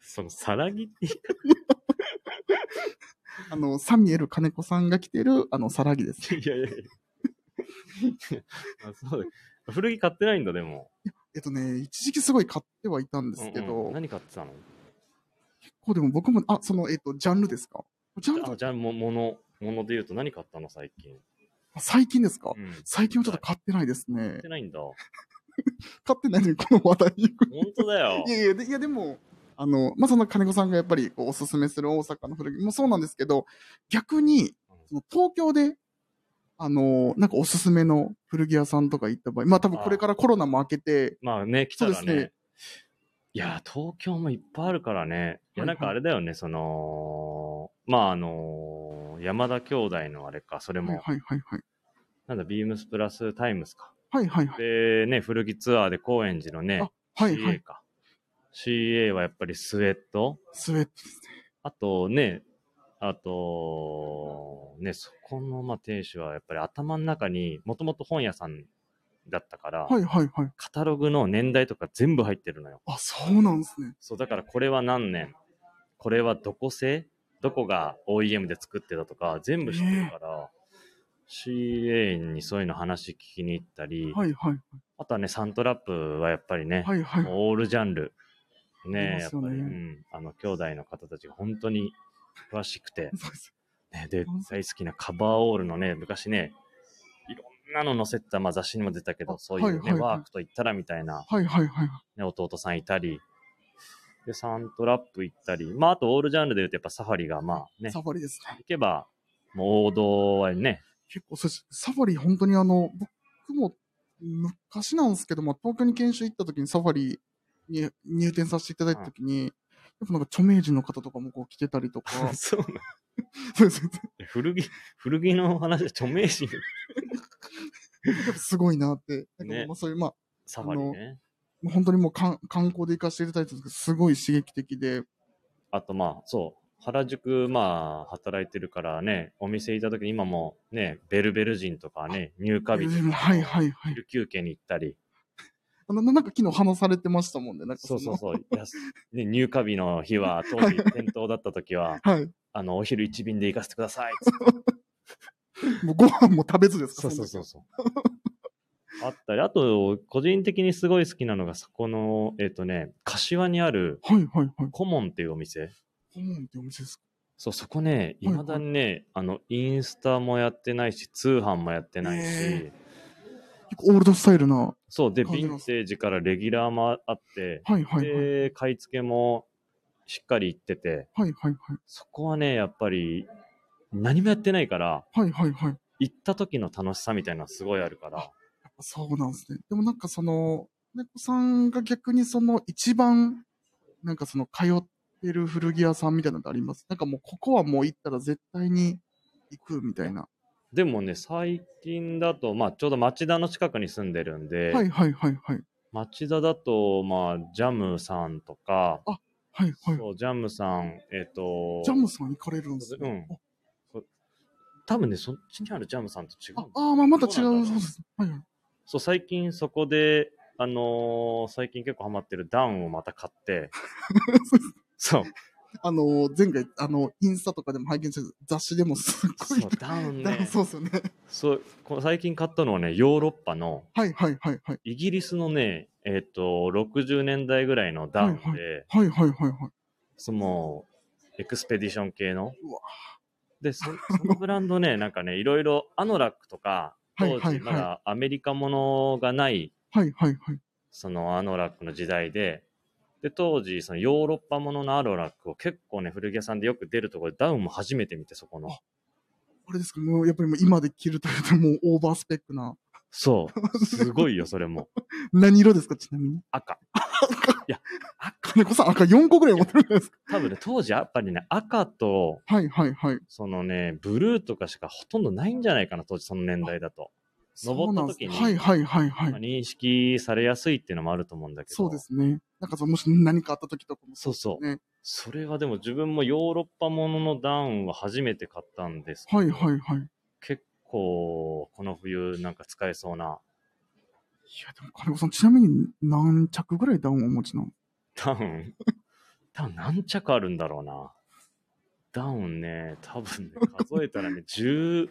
Speaker 2: その、さらぎ って、
Speaker 1: あの、サミエル金子さんが着てる、あの、さらぎですね。
Speaker 2: いやいやいや。あそうだ古着買ってないんだ、でも。
Speaker 1: えっとね、一時期すごい買ってはいたんですけど、
Speaker 2: うんうん何買ってたの
Speaker 1: 結構でも僕も、あ、その、えっと、ジャンルですかジャン
Speaker 2: あ
Speaker 1: ル、
Speaker 2: じゃあ、ももの、もので言うと何買ったの最近。
Speaker 1: 最近ですか
Speaker 2: うん
Speaker 1: 最近はちょっと買ってないです
Speaker 2: 買
Speaker 1: ね
Speaker 2: って。ないんだ。本
Speaker 1: 買ってないのにこの話題 に行く。
Speaker 2: 当だよ
Speaker 1: い。やいやで、いやでも、あの、まあ、その金子さんがやっぱりこうおすすめする大阪の古着もそうなんですけど、逆に、その東京で、あの、なんかおすすめの古着屋さんとか行った場合、まあ多分これからコロナも明けて、
Speaker 2: まあね、来たら
Speaker 1: そうですね
Speaker 2: ね。いや、東京もいっぱいあるからね。いや、
Speaker 1: はいは
Speaker 2: ないんかあれだよね、その、まああの山田兄弟のあれか、それ
Speaker 1: はい
Speaker 2: も、
Speaker 1: はいはいはい。
Speaker 2: なんだ、ビームスプラスタイムスか。
Speaker 1: はいはいはい。
Speaker 2: で、ね、古着ツアーで高円寺のね
Speaker 1: あ、はいは
Speaker 2: CA
Speaker 1: い。
Speaker 2: か。CA はやっぱりスウェット。
Speaker 1: スウェット
Speaker 2: あとね、あと、ね、そこの、まあ、店主はやっぱり頭の中に、もともと本屋さんだったから、
Speaker 1: はいはいはい。
Speaker 2: カタログの年代とか全部入ってるのよ。
Speaker 1: あ、そうなんですね。
Speaker 2: そう、だからこれは何年、これはどこ製、どこが OEM で作ってたとか、全部知ってるから、CA にそういうの話聞きに行ったり、
Speaker 1: はいはい
Speaker 2: あとはね、サントラップはやっぱりね、
Speaker 1: はいはい。
Speaker 2: オールジャンル。
Speaker 1: い
Speaker 2: ね
Speaker 1: ま
Speaker 2: やっ
Speaker 1: す
Speaker 2: ぱ
Speaker 1: よね
Speaker 2: り、うん、あの、兄弟の方たちが本当に詳しくて、
Speaker 1: そうです。
Speaker 2: ね、で
Speaker 1: うん、
Speaker 2: 大好きなカバーオールのね、昔ね、いろんなの載せてた、まあ雑誌にも出たけ
Speaker 1: あ
Speaker 2: ど、そういう
Speaker 1: はい
Speaker 2: ね、
Speaker 1: はいはい
Speaker 2: ワークと言ったらみたいな、
Speaker 1: はいはいはい。
Speaker 2: ね、弟さんいたり、で、サントラップ行ったり、まああとオールジャンルで言うとやっぱサファリがまあね、
Speaker 1: サ
Speaker 2: 行
Speaker 1: ファリですね。
Speaker 2: けば、もう王道はね、
Speaker 1: 結構そうです。サファリ本当にあの、僕も昔なんですけども、東京に研修行った時にサファリに入店させていただいた時に、やっぱなんか著名人の方とかもこう来てたりとか、
Speaker 2: そうなの
Speaker 1: そうです。
Speaker 2: 古着、古着の話で著名人、
Speaker 1: やっぱすごいなって。なんか
Speaker 2: ね
Speaker 1: まあそういう、まあ、
Speaker 2: サファリね。
Speaker 1: もう本当にもうかん観光で行かせていただいたんですけど、すごい刺激的で、
Speaker 2: あとまあ、そう、原宿、まあ、働いてるからね、お店いた時に今もね、ベルベル人とかね、入荷日とか、
Speaker 1: はいはいはい。
Speaker 2: 昼休憩に行ったり、
Speaker 1: あの、なんか昨日話されてましたもんね。なんか
Speaker 2: そうそう
Speaker 1: の
Speaker 2: そう、やすね、入荷日の日は、当時店頭だった時は、
Speaker 1: はい。
Speaker 2: あの、お昼一便で行かせてくださいっつって。
Speaker 1: もうご飯も食べずですか
Speaker 2: そうそうそうそう。 あったり、あと、個人的にすごい好きなのが、そこの、えっ、とね、柏にある、
Speaker 1: その時はいはいはい。
Speaker 2: コモンっていうお店。
Speaker 1: コモンってお店ですか
Speaker 2: そう、そこね、いまだにね、あの、インスタもやってないし、通販もやってないし、
Speaker 1: へ結構オールドスタイルな。は
Speaker 2: そう、で、ヴ
Speaker 1: 感じ
Speaker 2: ィ
Speaker 1: ま
Speaker 2: ン
Speaker 1: す
Speaker 2: テージからレギュラーもあって、
Speaker 1: いはいはい。
Speaker 2: で、買い付けもしっかり行ってて、
Speaker 1: はいはいはい。
Speaker 2: そこはね、やっぱり、何もやってないから、
Speaker 1: はいはいはい。やっ
Speaker 2: 行った時の楽しさみたいなのすごいあるから、
Speaker 1: ぱそうなんですね。でもなんかその、猫さんが逆にその一番、なんかその通ってる古着屋さんみたいなのってありますなんかもうここはもう行ったら絶対に行くみたいな。
Speaker 2: でもね、最近だと、まあ、ちょうど町田の近くに住んでるんで、
Speaker 1: はいはいはいはい。
Speaker 2: 町田だと、まあ、ジャムさんとか、
Speaker 1: はいはい。
Speaker 2: そう、ジャムさん、えっ、と、
Speaker 1: ジャムさん行かれるんですね。
Speaker 2: うん多分ね、そっちにあるジャムさんと違う
Speaker 1: あ
Speaker 2: の
Speaker 1: あー、まあまた違う、
Speaker 2: どうなんだ
Speaker 1: そう
Speaker 2: ろう
Speaker 1: です。はいはい。
Speaker 2: そう、最近そこで、あのー最近結構ハマってるダウンをまた買 って、
Speaker 1: そうです
Speaker 2: そう、
Speaker 1: あのー、前回、あの、インスタとかでも拝見してる雑誌でもすっごい
Speaker 2: そう、ダウン
Speaker 1: だから
Speaker 2: ね。
Speaker 1: そうですよね。
Speaker 2: そう、この最近買ったのはね、ヨーロッパの、
Speaker 1: はいはいはいはい。
Speaker 2: イギリスのね、えっ、と、60年代ぐらいのダウンで、
Speaker 1: はいはいはいはい。
Speaker 2: その、エクスペディション系の
Speaker 1: うわ。
Speaker 2: で、そ そのブランドね、なんかね、いろいろ、アノラックとか、
Speaker 1: はい
Speaker 2: 当
Speaker 1: はい
Speaker 2: 時ま
Speaker 1: は
Speaker 2: だアメリカものがない、
Speaker 1: い。はいはいはい。
Speaker 2: そのアノラックの時代で、で、当時、そのヨーロッパもののアノラックを結構ね、古着屋さんでよく出るところでダウンも初めて見て、そこの
Speaker 1: あ。あれですか、もうやっぱりもう今で着るというともうオーバースペックな。
Speaker 2: そう。すごいよ、それも。
Speaker 1: 何色ですか、ちなみに。
Speaker 2: 赤。
Speaker 1: 金子さん赤4個ぐらい持ってるんですか
Speaker 2: 多分ね、当時やっぱりね、赤と、
Speaker 1: はいはいはい。
Speaker 2: そのね、ブルーとかしかほとんどないんじゃないかな、当時その年代だと。登った時に、
Speaker 1: そうなんですはいはいはい
Speaker 2: ま
Speaker 1: は
Speaker 2: あ
Speaker 1: い。
Speaker 2: 認識されやすいっていうのもあると思うんだけど。
Speaker 1: そうで。すね。なんかその、もし何かあった時とかも
Speaker 2: そうそう。
Speaker 1: ね
Speaker 2: それがでも自分もヨーロッパもののダウンは初めて買ったんですけど、
Speaker 1: はいはいはい。いや、
Speaker 2: 結構この冬なんか使えそうな
Speaker 1: でも金子さん、ちなみに何着 ぐらいダウンをお持ちなの
Speaker 2: ダウンダウン何着あるんだろうな。ダウンね、多分ね、数えた らね、十、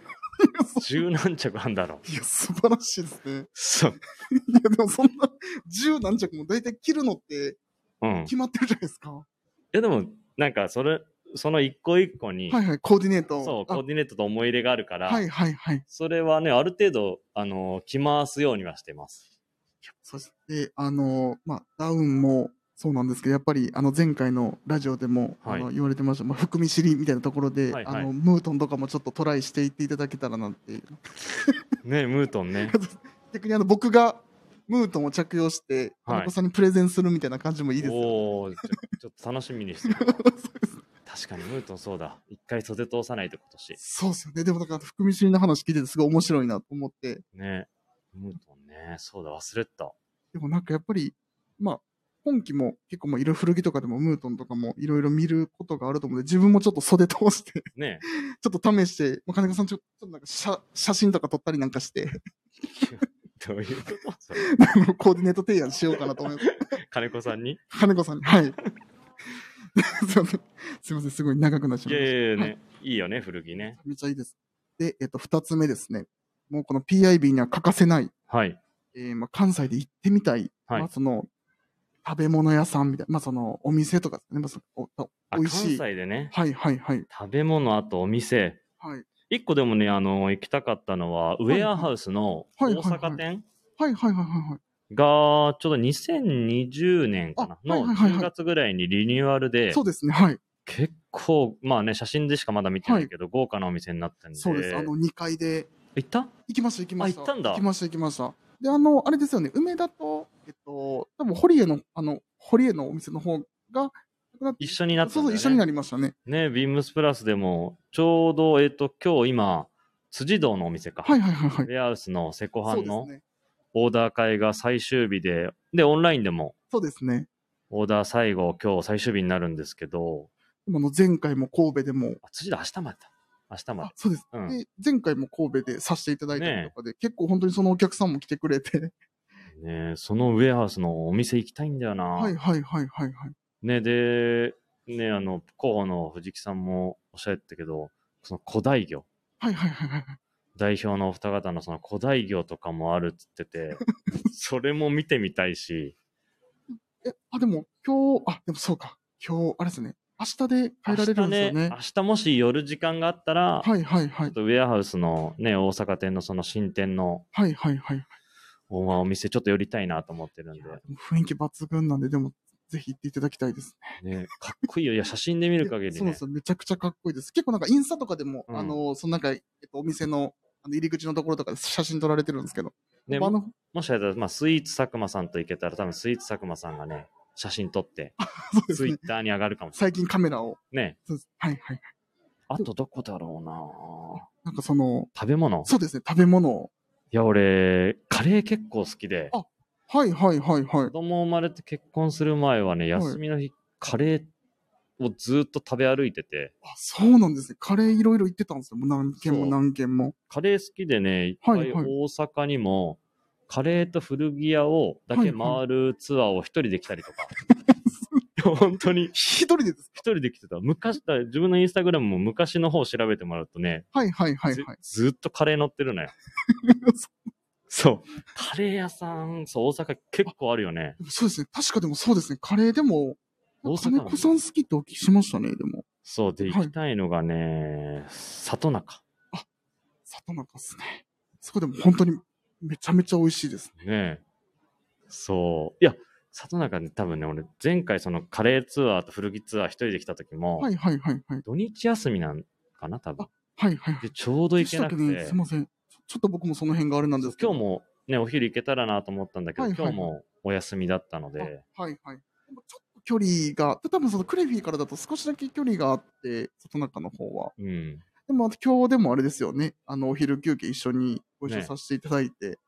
Speaker 2: 十何着あるんだろう。
Speaker 1: いや、素晴らしいですね。
Speaker 2: そう。
Speaker 1: いや、でもそんな、十何着も大体着るのって
Speaker 2: うん。い
Speaker 1: 決まってるじゃないですか。は
Speaker 2: やでも、なんかそれ、その一個一個に、
Speaker 1: いはい、コーディネート。
Speaker 2: そう、
Speaker 1: あ
Speaker 2: コーディネートと思い入れがあるから、
Speaker 1: はいはいはい。
Speaker 2: それはね、ある程度、あの、着回すようにはしてます。
Speaker 1: そして、あの、まあ、ダウンもそうなんですけど、やっぱり、あの、前回のラジオでも、
Speaker 2: はい
Speaker 1: あの言われてました、まあ、含み知りみたいなところで、
Speaker 2: はいはい
Speaker 1: あの、ムートンとかもちょっとトライしていっていただけたらなっていう。
Speaker 2: ね、ムートンね。
Speaker 1: 逆に、あの、僕が、ムートンを着用して、
Speaker 2: はい
Speaker 1: 金子さんにプレゼンするみたいな感じもいいですよ。
Speaker 2: おおーちょち ょっと楽しみにしてる
Speaker 1: そうです
Speaker 2: 確かにムートンそうだ。一回袖通さないと今年。
Speaker 1: そうですよね。でも、だから、含み知りの話聞いてて、すごい面白いなと思って、
Speaker 2: ね。ムートンね。そうだ、忘れてた。
Speaker 1: でもなんかやっぱり、まあ、今季も結構もう色古着とかでもムートンとかもいろいろ見ることがあると思うんで、自分もちょっと袖通して、
Speaker 2: ね。
Speaker 1: ちょっと試して、まあ、金子さんちょちょっとなんか写写真とか撮ったりなんかして、
Speaker 2: どういうことそれ
Speaker 1: あのコーディネート提案しようかなと思います。
Speaker 2: 金子さ んに
Speaker 1: 金子さんに。はい。そうすいません、すごい長くなっちゃ
Speaker 2: い
Speaker 1: いまし
Speaker 2: やいやいや
Speaker 1: は
Speaker 2: ね。いいよね、古着ね。
Speaker 1: た。めっちゃいいです。で、えっと、二つ目ですね。もうこの PIB には欠かせない、
Speaker 2: はい。
Speaker 1: えーまあ、関西で行ってみたい、
Speaker 2: はい
Speaker 1: まあその、食べ物屋さんみたいな、まあその、お店とかですね、まあその、お
Speaker 2: あ、
Speaker 1: 美
Speaker 2: 関
Speaker 1: 味しい。
Speaker 2: 西でね。
Speaker 1: はいはいはい。
Speaker 2: 食べ物、あとお店。
Speaker 1: はい。
Speaker 2: 一個でもね、あの、行きたかったのは、ウェアハウスの大
Speaker 1: はいはいはいはい
Speaker 2: 阪店
Speaker 1: はいはいはいはいはい。
Speaker 2: が、ちょうど2020年かな
Speaker 1: あはい
Speaker 2: の
Speaker 1: はいはいはい
Speaker 2: 10月ぐらいにリニューアルで
Speaker 1: そ、うですね、はい。
Speaker 2: 結構、まあね、写真でしかまだ見てないけど、豪華なお店になったんで。
Speaker 1: そうです。あの、2階で。
Speaker 2: 行った
Speaker 1: 行きました、行きました。
Speaker 2: あ行ったんだ
Speaker 1: 行きました、行きました。で、あの、あれですよね、梅田と、えっと、多分堀江の、あの、堀江のお店の方が、なくなっ
Speaker 2: 一緒になったん
Speaker 1: そう
Speaker 2: だ
Speaker 1: そう、
Speaker 2: よね。
Speaker 1: 一緒になりましたね。
Speaker 2: ね、ビームスプラスでも、ちょうど、えっ、と、今日今、辻堂のお店か。
Speaker 1: はいはいはいはい。
Speaker 2: レアウスのセコハ
Speaker 1: そう
Speaker 2: ン
Speaker 1: です
Speaker 2: の
Speaker 1: ね。
Speaker 2: オーダー会が最終日で、で、オンラインでも
Speaker 1: そうですね。
Speaker 2: オーダー最後、今日最終日になるんですけど、
Speaker 1: でもあの前回も神戸でも、
Speaker 2: あ辻堂明日までだ。明日ま
Speaker 1: あそうです、
Speaker 2: うん
Speaker 1: で、前回も神戸でさせていただいたり
Speaker 2: ね
Speaker 1: とかで、結構本当にそのお客さんも来てくれて、
Speaker 2: で。ねそのウェアハウスのお店行きたいんだよな。
Speaker 1: はいはいはいはいはい。
Speaker 2: ね、で、ね、あの、候補の藤木さんもおっしゃってたけど、その古代魚。
Speaker 1: はいはいはいはいはい。
Speaker 2: 代表のお二方のその古代魚とかもあるっつってて、 それも見てみたいし、
Speaker 1: え、あ、でも、今日、あ、でもそうか。今日、あれですね。明日で帰られるんですよね。
Speaker 2: 明日もし夜時間があったら、
Speaker 1: はいはいは
Speaker 2: ちょ
Speaker 1: い
Speaker 2: っ。とウェアハウスのね、大阪店のその新店の
Speaker 1: はいはいはい。
Speaker 2: おお店ちょっと寄りたいなと思ってるんで、
Speaker 1: 雰囲気抜群なんで、でも、ぜひ行っていただきたいです
Speaker 2: ね、かっこいいよ。いや、写真で見
Speaker 1: ね。
Speaker 2: る限り
Speaker 1: そうなん
Speaker 2: ね
Speaker 1: です。よ。めちゃくちゃかっこいいです。結構なんかインスタとかでも、
Speaker 2: うん
Speaker 1: あの、そのなんか、えっと、お店の、あの入り口のところとかで写真撮られてるんですけど。
Speaker 2: ね
Speaker 1: あの、
Speaker 2: もしあれだら、まあ、スイーツ佐久間さんと行けたら、多分スイーツ佐久間さんがね、写真撮 って、
Speaker 1: そうです
Speaker 2: ツイ
Speaker 1: ね
Speaker 2: ッ。ターに上がるかもしれ
Speaker 1: 最近カメラを。
Speaker 2: ない。ね。
Speaker 1: そうです。はいはいはい。
Speaker 2: あとどこだろうな
Speaker 1: なんかその、
Speaker 2: 食べ物
Speaker 1: そうですね。食べ物を。
Speaker 2: いや、俺、カレー結構好きで。
Speaker 1: あはいはいはいは
Speaker 2: 子供生まれて結婚する前はね、
Speaker 1: はい
Speaker 2: 休みの日、カレーをずっと食べ歩いてて、
Speaker 1: い。あ、そうなんですね。カレーいろいろ行ってたんですよ。もう何軒も
Speaker 2: そう
Speaker 1: 何軒も。
Speaker 2: カレー好きでね、いっぱ
Speaker 1: はい
Speaker 2: い
Speaker 1: は
Speaker 2: 大
Speaker 1: い
Speaker 2: 阪にも、カレーと古着屋をだけ回るツアーを一人で来たりとか。 本当に
Speaker 1: 一人でです。
Speaker 2: 一人で来てた。昔、だ自分のインスタグラムも昔の方を調べてもらうとね、
Speaker 1: はいはいはい
Speaker 2: ず
Speaker 1: はい。
Speaker 2: ずっとカレー乗ってるのよ。 そう。カレー屋さん、そう、大阪結構あるよね。
Speaker 1: そうですね。確かでもそうですね。カレーでも、
Speaker 2: 大阪
Speaker 1: 金
Speaker 2: なんだ
Speaker 1: 子さん好きってお聞きしましたね、でも。
Speaker 2: そう。で、
Speaker 1: はい
Speaker 2: 行きたいのがね、里中。
Speaker 1: 里中ですね。そこでも本当にめちゃめちゃ美味しいです。
Speaker 2: ねえ。そう。いや、里中ね、多分ね、俺、前回そのカレーツアーと古着ツアー一人で来た時も、
Speaker 1: はいはいはいはい。
Speaker 2: 土日休みなんかな、多分
Speaker 1: あ。はいはいはい。
Speaker 2: で、ちょうど行けなく
Speaker 1: でしたっけね
Speaker 2: て、
Speaker 1: すいません。ちょちょっと僕もその辺があれなんですけ
Speaker 2: 今
Speaker 1: ど。
Speaker 2: 日
Speaker 1: も。
Speaker 2: もね、お昼行けたらなと思ったんだけど、
Speaker 1: はいはい
Speaker 2: 今日もお休みだったので、
Speaker 1: はいはい。でもちょっと距離が、で多分そのクレフィーからだと少しだけ距離があって、里中の方は。
Speaker 2: うん。
Speaker 1: でも、今日でもあれですよね。あの、お昼休憩一緒にご一緒させていただいて、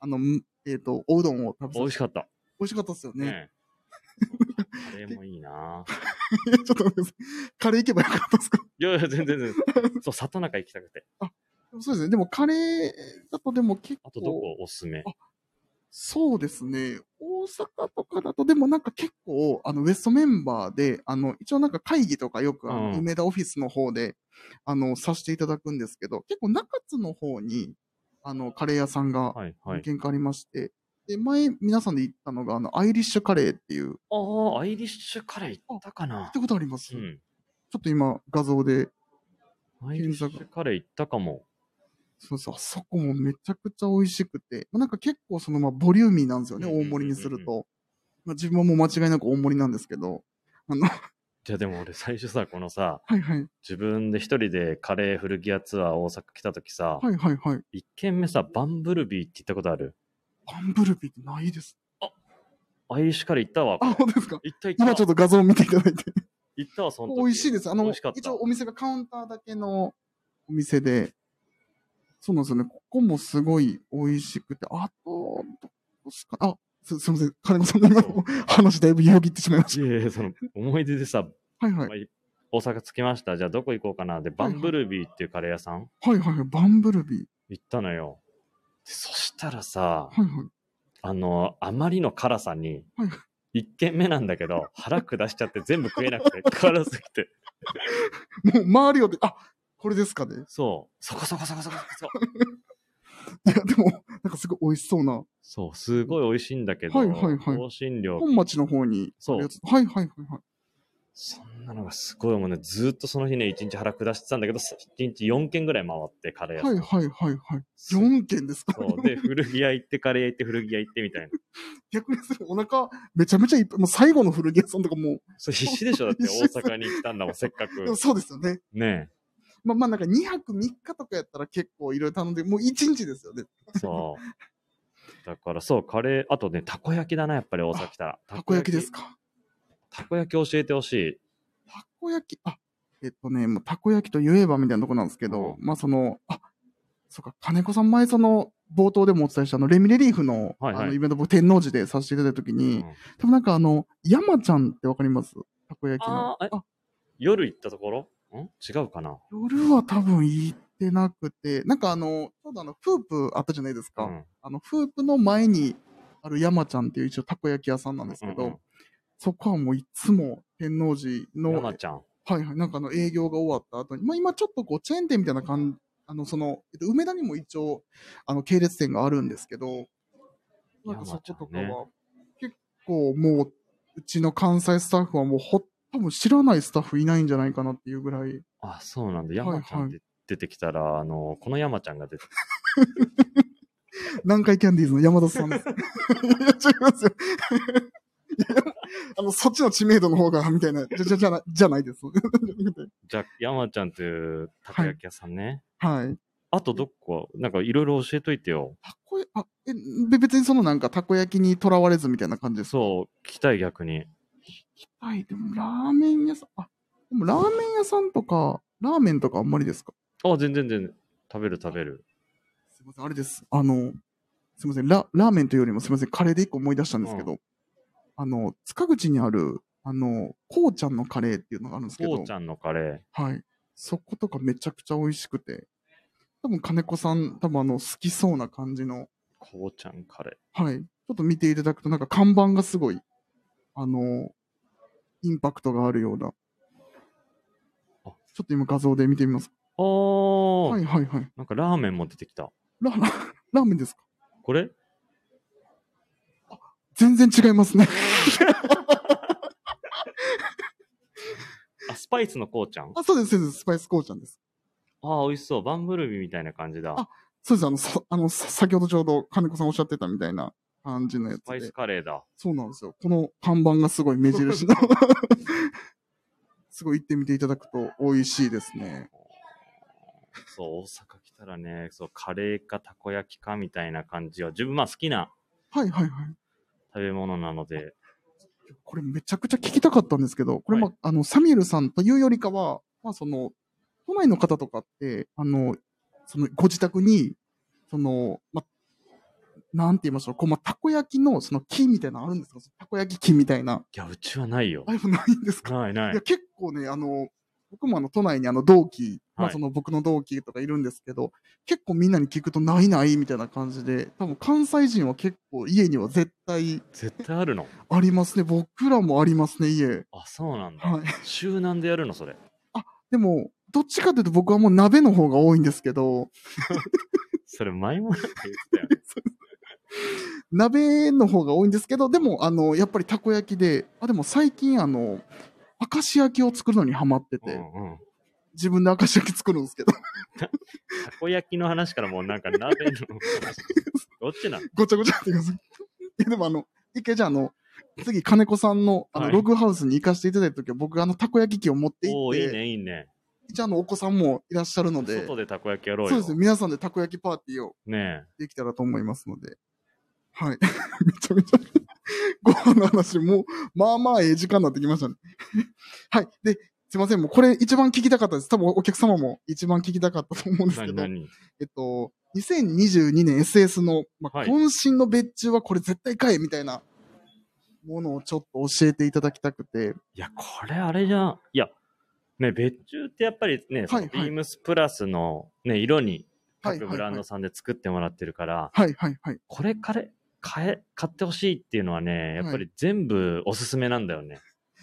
Speaker 1: あの、むえっ、と、おうどんを食べさせて
Speaker 2: 美味しかった。
Speaker 1: 美味しかったですよね。
Speaker 2: ね。カレーもい いなぁ。
Speaker 1: い やちょっと待ってください。カレー行けばよかったですか
Speaker 2: いやいや、全然全然。そう、里中行きたくて。
Speaker 1: そうですね。でも、カレーだとでも結構。
Speaker 2: あとどこおすすめ
Speaker 1: あそうですね。大阪とかだと、でもなんか結構、あの、ウエストメンバーで、あの、一応なんか会議とかよく、あの、
Speaker 2: うん
Speaker 1: 梅田オフィスの方で、あの、させていただくんですけど、結構中津の方に、あの、カレー屋さんが、
Speaker 2: はいはい。
Speaker 1: 喧嘩ありまして、で、前、皆さんで行ったのが、あの、アイリッシュカレーっていう、行
Speaker 2: ああ、アイリッシュカレー行ったかな
Speaker 1: ったことあります、ち
Speaker 2: うん。
Speaker 1: ょっと今、画像で、
Speaker 2: アイリッシュカレー行ったかも。
Speaker 1: そうそう、あそこもめちゃくちゃ美味しくて、まあ、なんか結構そのまあボリューミーなんですよね、
Speaker 2: うんうん
Speaker 1: 大
Speaker 2: うんうん
Speaker 1: 盛りにすると。まあ、自分はもう間違いなく大盛りなんですけど、あの、
Speaker 2: じゃあでも俺最初さ、このさ、
Speaker 1: はいはい、
Speaker 2: 自分で一人でカレー古着屋ツアー大阪来た時さ、
Speaker 1: はいはいはい。
Speaker 2: 一軒目さ、バンブルビーって行ったことある
Speaker 1: バンブルビーってないです。
Speaker 2: アイリッシュカレー行ったわ。こ
Speaker 1: あ、
Speaker 2: れ
Speaker 1: 本当ですか
Speaker 2: 行った行った。
Speaker 1: 今ちょっと画像を見ていただいて。
Speaker 2: 行ったわ、その時。
Speaker 1: 美味しいです。あ
Speaker 2: 美
Speaker 1: の
Speaker 2: 味しかっ、
Speaker 1: 一
Speaker 2: た。
Speaker 1: 応お店がカウンターだけのお店で、そうなんですよね、ここもすごい美味しくて、あと、どうすか、あ、すすみません、金子さんの今の話だいぶよぎってしまいまし
Speaker 2: いやいや、その思い出でさ、
Speaker 1: た。はいはい。
Speaker 2: まあい大阪着きました。じゃあどこ行こうかな。で、バンブルビーっていうカレー屋さん
Speaker 1: はいはいはい、バンブルビー。
Speaker 2: 行ったのよ。でそしたらさ、
Speaker 1: はいはい。
Speaker 2: あの、あまりの辛さに
Speaker 1: はい、
Speaker 2: 一軒目なんだけど、腹下しちゃって全部食えなくて、辛すぎて。
Speaker 1: もう周りをで、あこれですかね。
Speaker 2: そう。そこそこそこそこそこ。
Speaker 1: いや、でも、なんかすごい美味しそうな、
Speaker 2: そう、すごい美味しいんだけど、
Speaker 1: はいはいはい
Speaker 2: 香辛料、
Speaker 1: 本町の方に
Speaker 2: そう
Speaker 1: あるやつ。はいはいはいはい。
Speaker 2: そんなのがすごいもうね、ずーっとその日ね、一日腹下してたんだけど、一日4軒ぐらい回ってカレー屋さ
Speaker 1: は
Speaker 2: ん
Speaker 1: いはいはいはい。
Speaker 2: そう
Speaker 1: 4軒ですか
Speaker 2: そう。で、古着屋行って、カレー行って、古着屋行ってみたいな。
Speaker 1: 逆にそれお腹めちゃめちゃいっぱい、もう最後の古着屋さんとかも
Speaker 2: それ必死でしょだって
Speaker 1: 必死です
Speaker 2: 大阪に来たんだ もん、せっかく
Speaker 1: う、で。もそうですよね。
Speaker 2: ね
Speaker 1: まあまあなんか2泊3日とかやったら結構いろいろ頼んで、もう1日ですよね。
Speaker 2: え。そう。だからそう、カレー、あとね、たこ焼きだな、やっぱり大阪来たら。
Speaker 1: たこ焼きですか。
Speaker 2: たこ焼き教えてほしい。
Speaker 1: たこ焼き、あ、えっとね、もうたこ焼きと言えばみたいなとこなんですけど、まあその、あ、そっか、金子さん前その、冒頭でもお伝えしたあの、レミレリーフの、
Speaker 2: はいはい
Speaker 1: あの、イベント僕天王寺でさせていただいたとき
Speaker 2: う
Speaker 1: に、
Speaker 2: ん
Speaker 1: でもなんかあの、山ちゃんってわかりますたこ焼きの。
Speaker 2: あーえ夜行ったところん違うかな
Speaker 1: 夜は多分行ってなくて、なんかあの、ちょうどあの、フープあったじゃないですか。
Speaker 2: うん
Speaker 1: あの、フープの前にある山ちゃんっていう一応たこ焼き屋さんなんですけど、
Speaker 2: うんうん
Speaker 1: そこはもういつも天王寺の、
Speaker 2: 山ちゃん。
Speaker 1: はいはい、なんかあの営業が終わった後に、まあ今ちょっとこうチェーン店みたいな感じ、あの、その、えっと、梅田にも一応、あの、系列店があるんですけど、なんかそことか
Speaker 2: 山ちゃんね
Speaker 1: は、結構もう、うちの関西スタッフはもうほ、多分知らないスタッフいないんじゃないかなっていうぐらい、
Speaker 2: あ、そうなんだ。山ちゃんって出てきたら、あの、この山ちゃんが出てき
Speaker 1: 南海キャンディーズの山田 さんです。いや、違いますよ。いやあの、そっちの知名度の方が、みたいな、じゃ、じゃ、じゃな、じゃないです。
Speaker 2: じゃあ、山ちゃんっていうたこ焼き屋さんね。
Speaker 1: はい。
Speaker 2: あとどこなんかいろいろ教えといてよ。
Speaker 1: たこや、あ、え、べ別にそのなんかたこ焼きにとらわれずみたいな感じです。
Speaker 2: そう、聞きたい逆に。
Speaker 1: はい、でもラーメン屋さん、あ、でもラーメン屋さんとか、ラーメンとかあんまりですか
Speaker 2: あ、全然全然。食べる食べる。
Speaker 1: すいません、あれです。あの、すいません、ララーメンというよりもすいません、カレーで一個思い出したんですけど、あの、塚口にある、あの、こうちゃんのカレーっていうのがあるんですけ
Speaker 2: こ
Speaker 1: ど
Speaker 2: うち、ゃんのカレ
Speaker 1: はい。そことかめちゃくちゃ美味しくて、多分金子さん、多分あの、好きそうな感じの、
Speaker 2: ー。こうちゃんカレ
Speaker 1: はい。ちょっと見ていただくと、なんか看板がすごい、あの、インパクトがあるような。ち
Speaker 2: あ
Speaker 1: ょっと今画像で見てみます。
Speaker 2: ー。あー、
Speaker 1: はいはいはい。
Speaker 2: なんかラーメンも出てきた。
Speaker 1: ラ ララーメンですか
Speaker 2: これ
Speaker 1: 全然違いますね。
Speaker 2: あ、スパイスのこうちゃん
Speaker 1: あ、そうです、そうです。スパイスコーちゃんです。
Speaker 2: あー、美味しそう。バンブルビーみたいな感じだ。
Speaker 1: あそうです、あの、さあのさ先ほどちょうど金子さんおっしゃってたみたいな感じのや
Speaker 2: スパイ
Speaker 1: つ
Speaker 2: ス
Speaker 1: で。
Speaker 2: カレーだ。
Speaker 1: そうなんですよ。この看板がすごい目印の。すごい行ってみていただくと美味しいですね。
Speaker 2: そう、大阪来たらね、そう、カレーかたこ焼きかみたいな感じは、自分まあ好きな
Speaker 1: はいはいはい。
Speaker 2: 食べ物なので、
Speaker 1: これめちゃくちゃ聞きたかったんですけど、これまあ、あの、サミュエルさんというよりかは、まあその、都内の方とかって、あの、そのご自宅に、その、ま、なんて言いましょう、こう、ま、たこ焼きのその木みたいなのあるんですかたこ焼き木みたいな。
Speaker 2: いや、うちはないよ
Speaker 1: あ。れもないんですか
Speaker 2: ないない
Speaker 1: や、
Speaker 2: い。
Speaker 1: 結構ね、あの、僕もあの、都内にあの、同期、ま
Speaker 2: は
Speaker 1: あ、
Speaker 2: い
Speaker 1: その僕の同期とかいるんですけど、結構みんなに聞くとないないみたいな感じで、多分関西人は結構家には絶対
Speaker 2: 絶対あ るの。
Speaker 1: ありますね。僕らもありますね、家。
Speaker 2: あ、そうなんだ。
Speaker 1: はい。
Speaker 2: 週何でやるの、それ。
Speaker 1: でも、どっちかというと僕はもう鍋の方が多いんですけど、
Speaker 2: それ、前もなんか言ってたよね。
Speaker 1: 鍋の方が多いんですけど、でも、あの、やっぱりたこ焼きで、あ、でも最近あの、明石焼きを作るのにハマってて、
Speaker 2: うんうん。
Speaker 1: 自分で明石焼き作るんですけど、
Speaker 2: たこ焼きの話からもうなんか鍋の話。どっちなの
Speaker 1: ごちゃごちゃってくださ い。いや、でもあの、一回じゃああの、次、金子さんのあの
Speaker 2: はい
Speaker 1: ログハウスに行かせていただいたときは、僕、あの、たこ焼き器を持って行っ
Speaker 2: おお
Speaker 1: て、
Speaker 2: いいね、いいね。
Speaker 1: 一応、あの、お子さんもいらっしゃるので、
Speaker 2: 外でたこ焼きやろう
Speaker 1: そう
Speaker 2: よ。
Speaker 1: ですね、皆さんでたこ焼きパーティーを
Speaker 2: ね
Speaker 1: できたらと思いますので。はい。 めちゃめちゃ、ご飯の話、もう、まあまあええ時間になってきましたね。はい。で、すいません。もうこれ一番聞きたかったです。多分お客様も一番聞きたかったと思うんで
Speaker 2: え。
Speaker 1: すけ
Speaker 2: 何
Speaker 1: ど、
Speaker 2: 何
Speaker 1: えっと、2022年 SS の、まあ
Speaker 2: はい
Speaker 1: 渾身の別注はこれ絶対かえみたいなものをちょっと教えていただきたくて、
Speaker 2: いや、これあれじゃん。いや、ね、別注ってやっぱりね、その
Speaker 1: はい
Speaker 2: ビ
Speaker 1: はい
Speaker 2: ームスプラスのね、色に
Speaker 1: はい
Speaker 2: 各ブランドさんで作ってもらってるから、
Speaker 1: はいはいはい。
Speaker 2: これから買え、買ってほしいっていうのはね、やっぱ
Speaker 1: は
Speaker 2: り全部おすすめなんだよね。
Speaker 1: い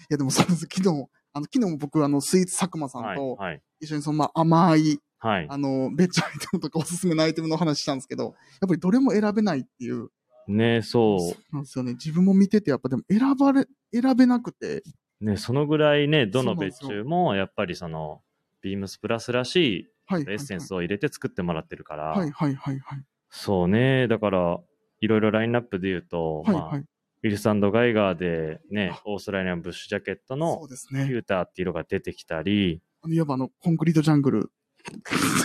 Speaker 1: やでもそうです。昨日、あの、昨日も僕、あの、スイーツ佐久間さん
Speaker 2: はい、
Speaker 1: と
Speaker 2: はい、
Speaker 1: 一緒にその、まあ、甘い
Speaker 2: はい。
Speaker 1: あの、ベッチアイテムとかおすすめのアイテムの話したんですけど、やっぱりどれも選べないっていう。
Speaker 2: ね、そ
Speaker 1: なんですよね。自分も見てて、やっぱでも選ばれ、選べなくて。
Speaker 2: う。ね、そのぐらいね、ど
Speaker 1: そう
Speaker 2: の
Speaker 1: なんです
Speaker 2: 別
Speaker 1: よ
Speaker 2: 注も、やっぱりその、ビームスプラスらし
Speaker 1: はい。
Speaker 2: いエッセンスを入れて作ってもらってるから、
Speaker 1: はいはいはいはい。
Speaker 2: そうね、だから、いろいろラインナップで言うと、
Speaker 1: はい
Speaker 2: まあ、
Speaker 1: はい。
Speaker 2: ウィルサンド・ガイガーでね
Speaker 1: あ、
Speaker 2: オーストラリアンブッシュジャケット
Speaker 1: そ
Speaker 2: の
Speaker 1: うです
Speaker 2: ピ
Speaker 1: ね。
Speaker 2: ューターっていう色が出てきたり、
Speaker 1: あの、いわばあの、コンクリートジャングル。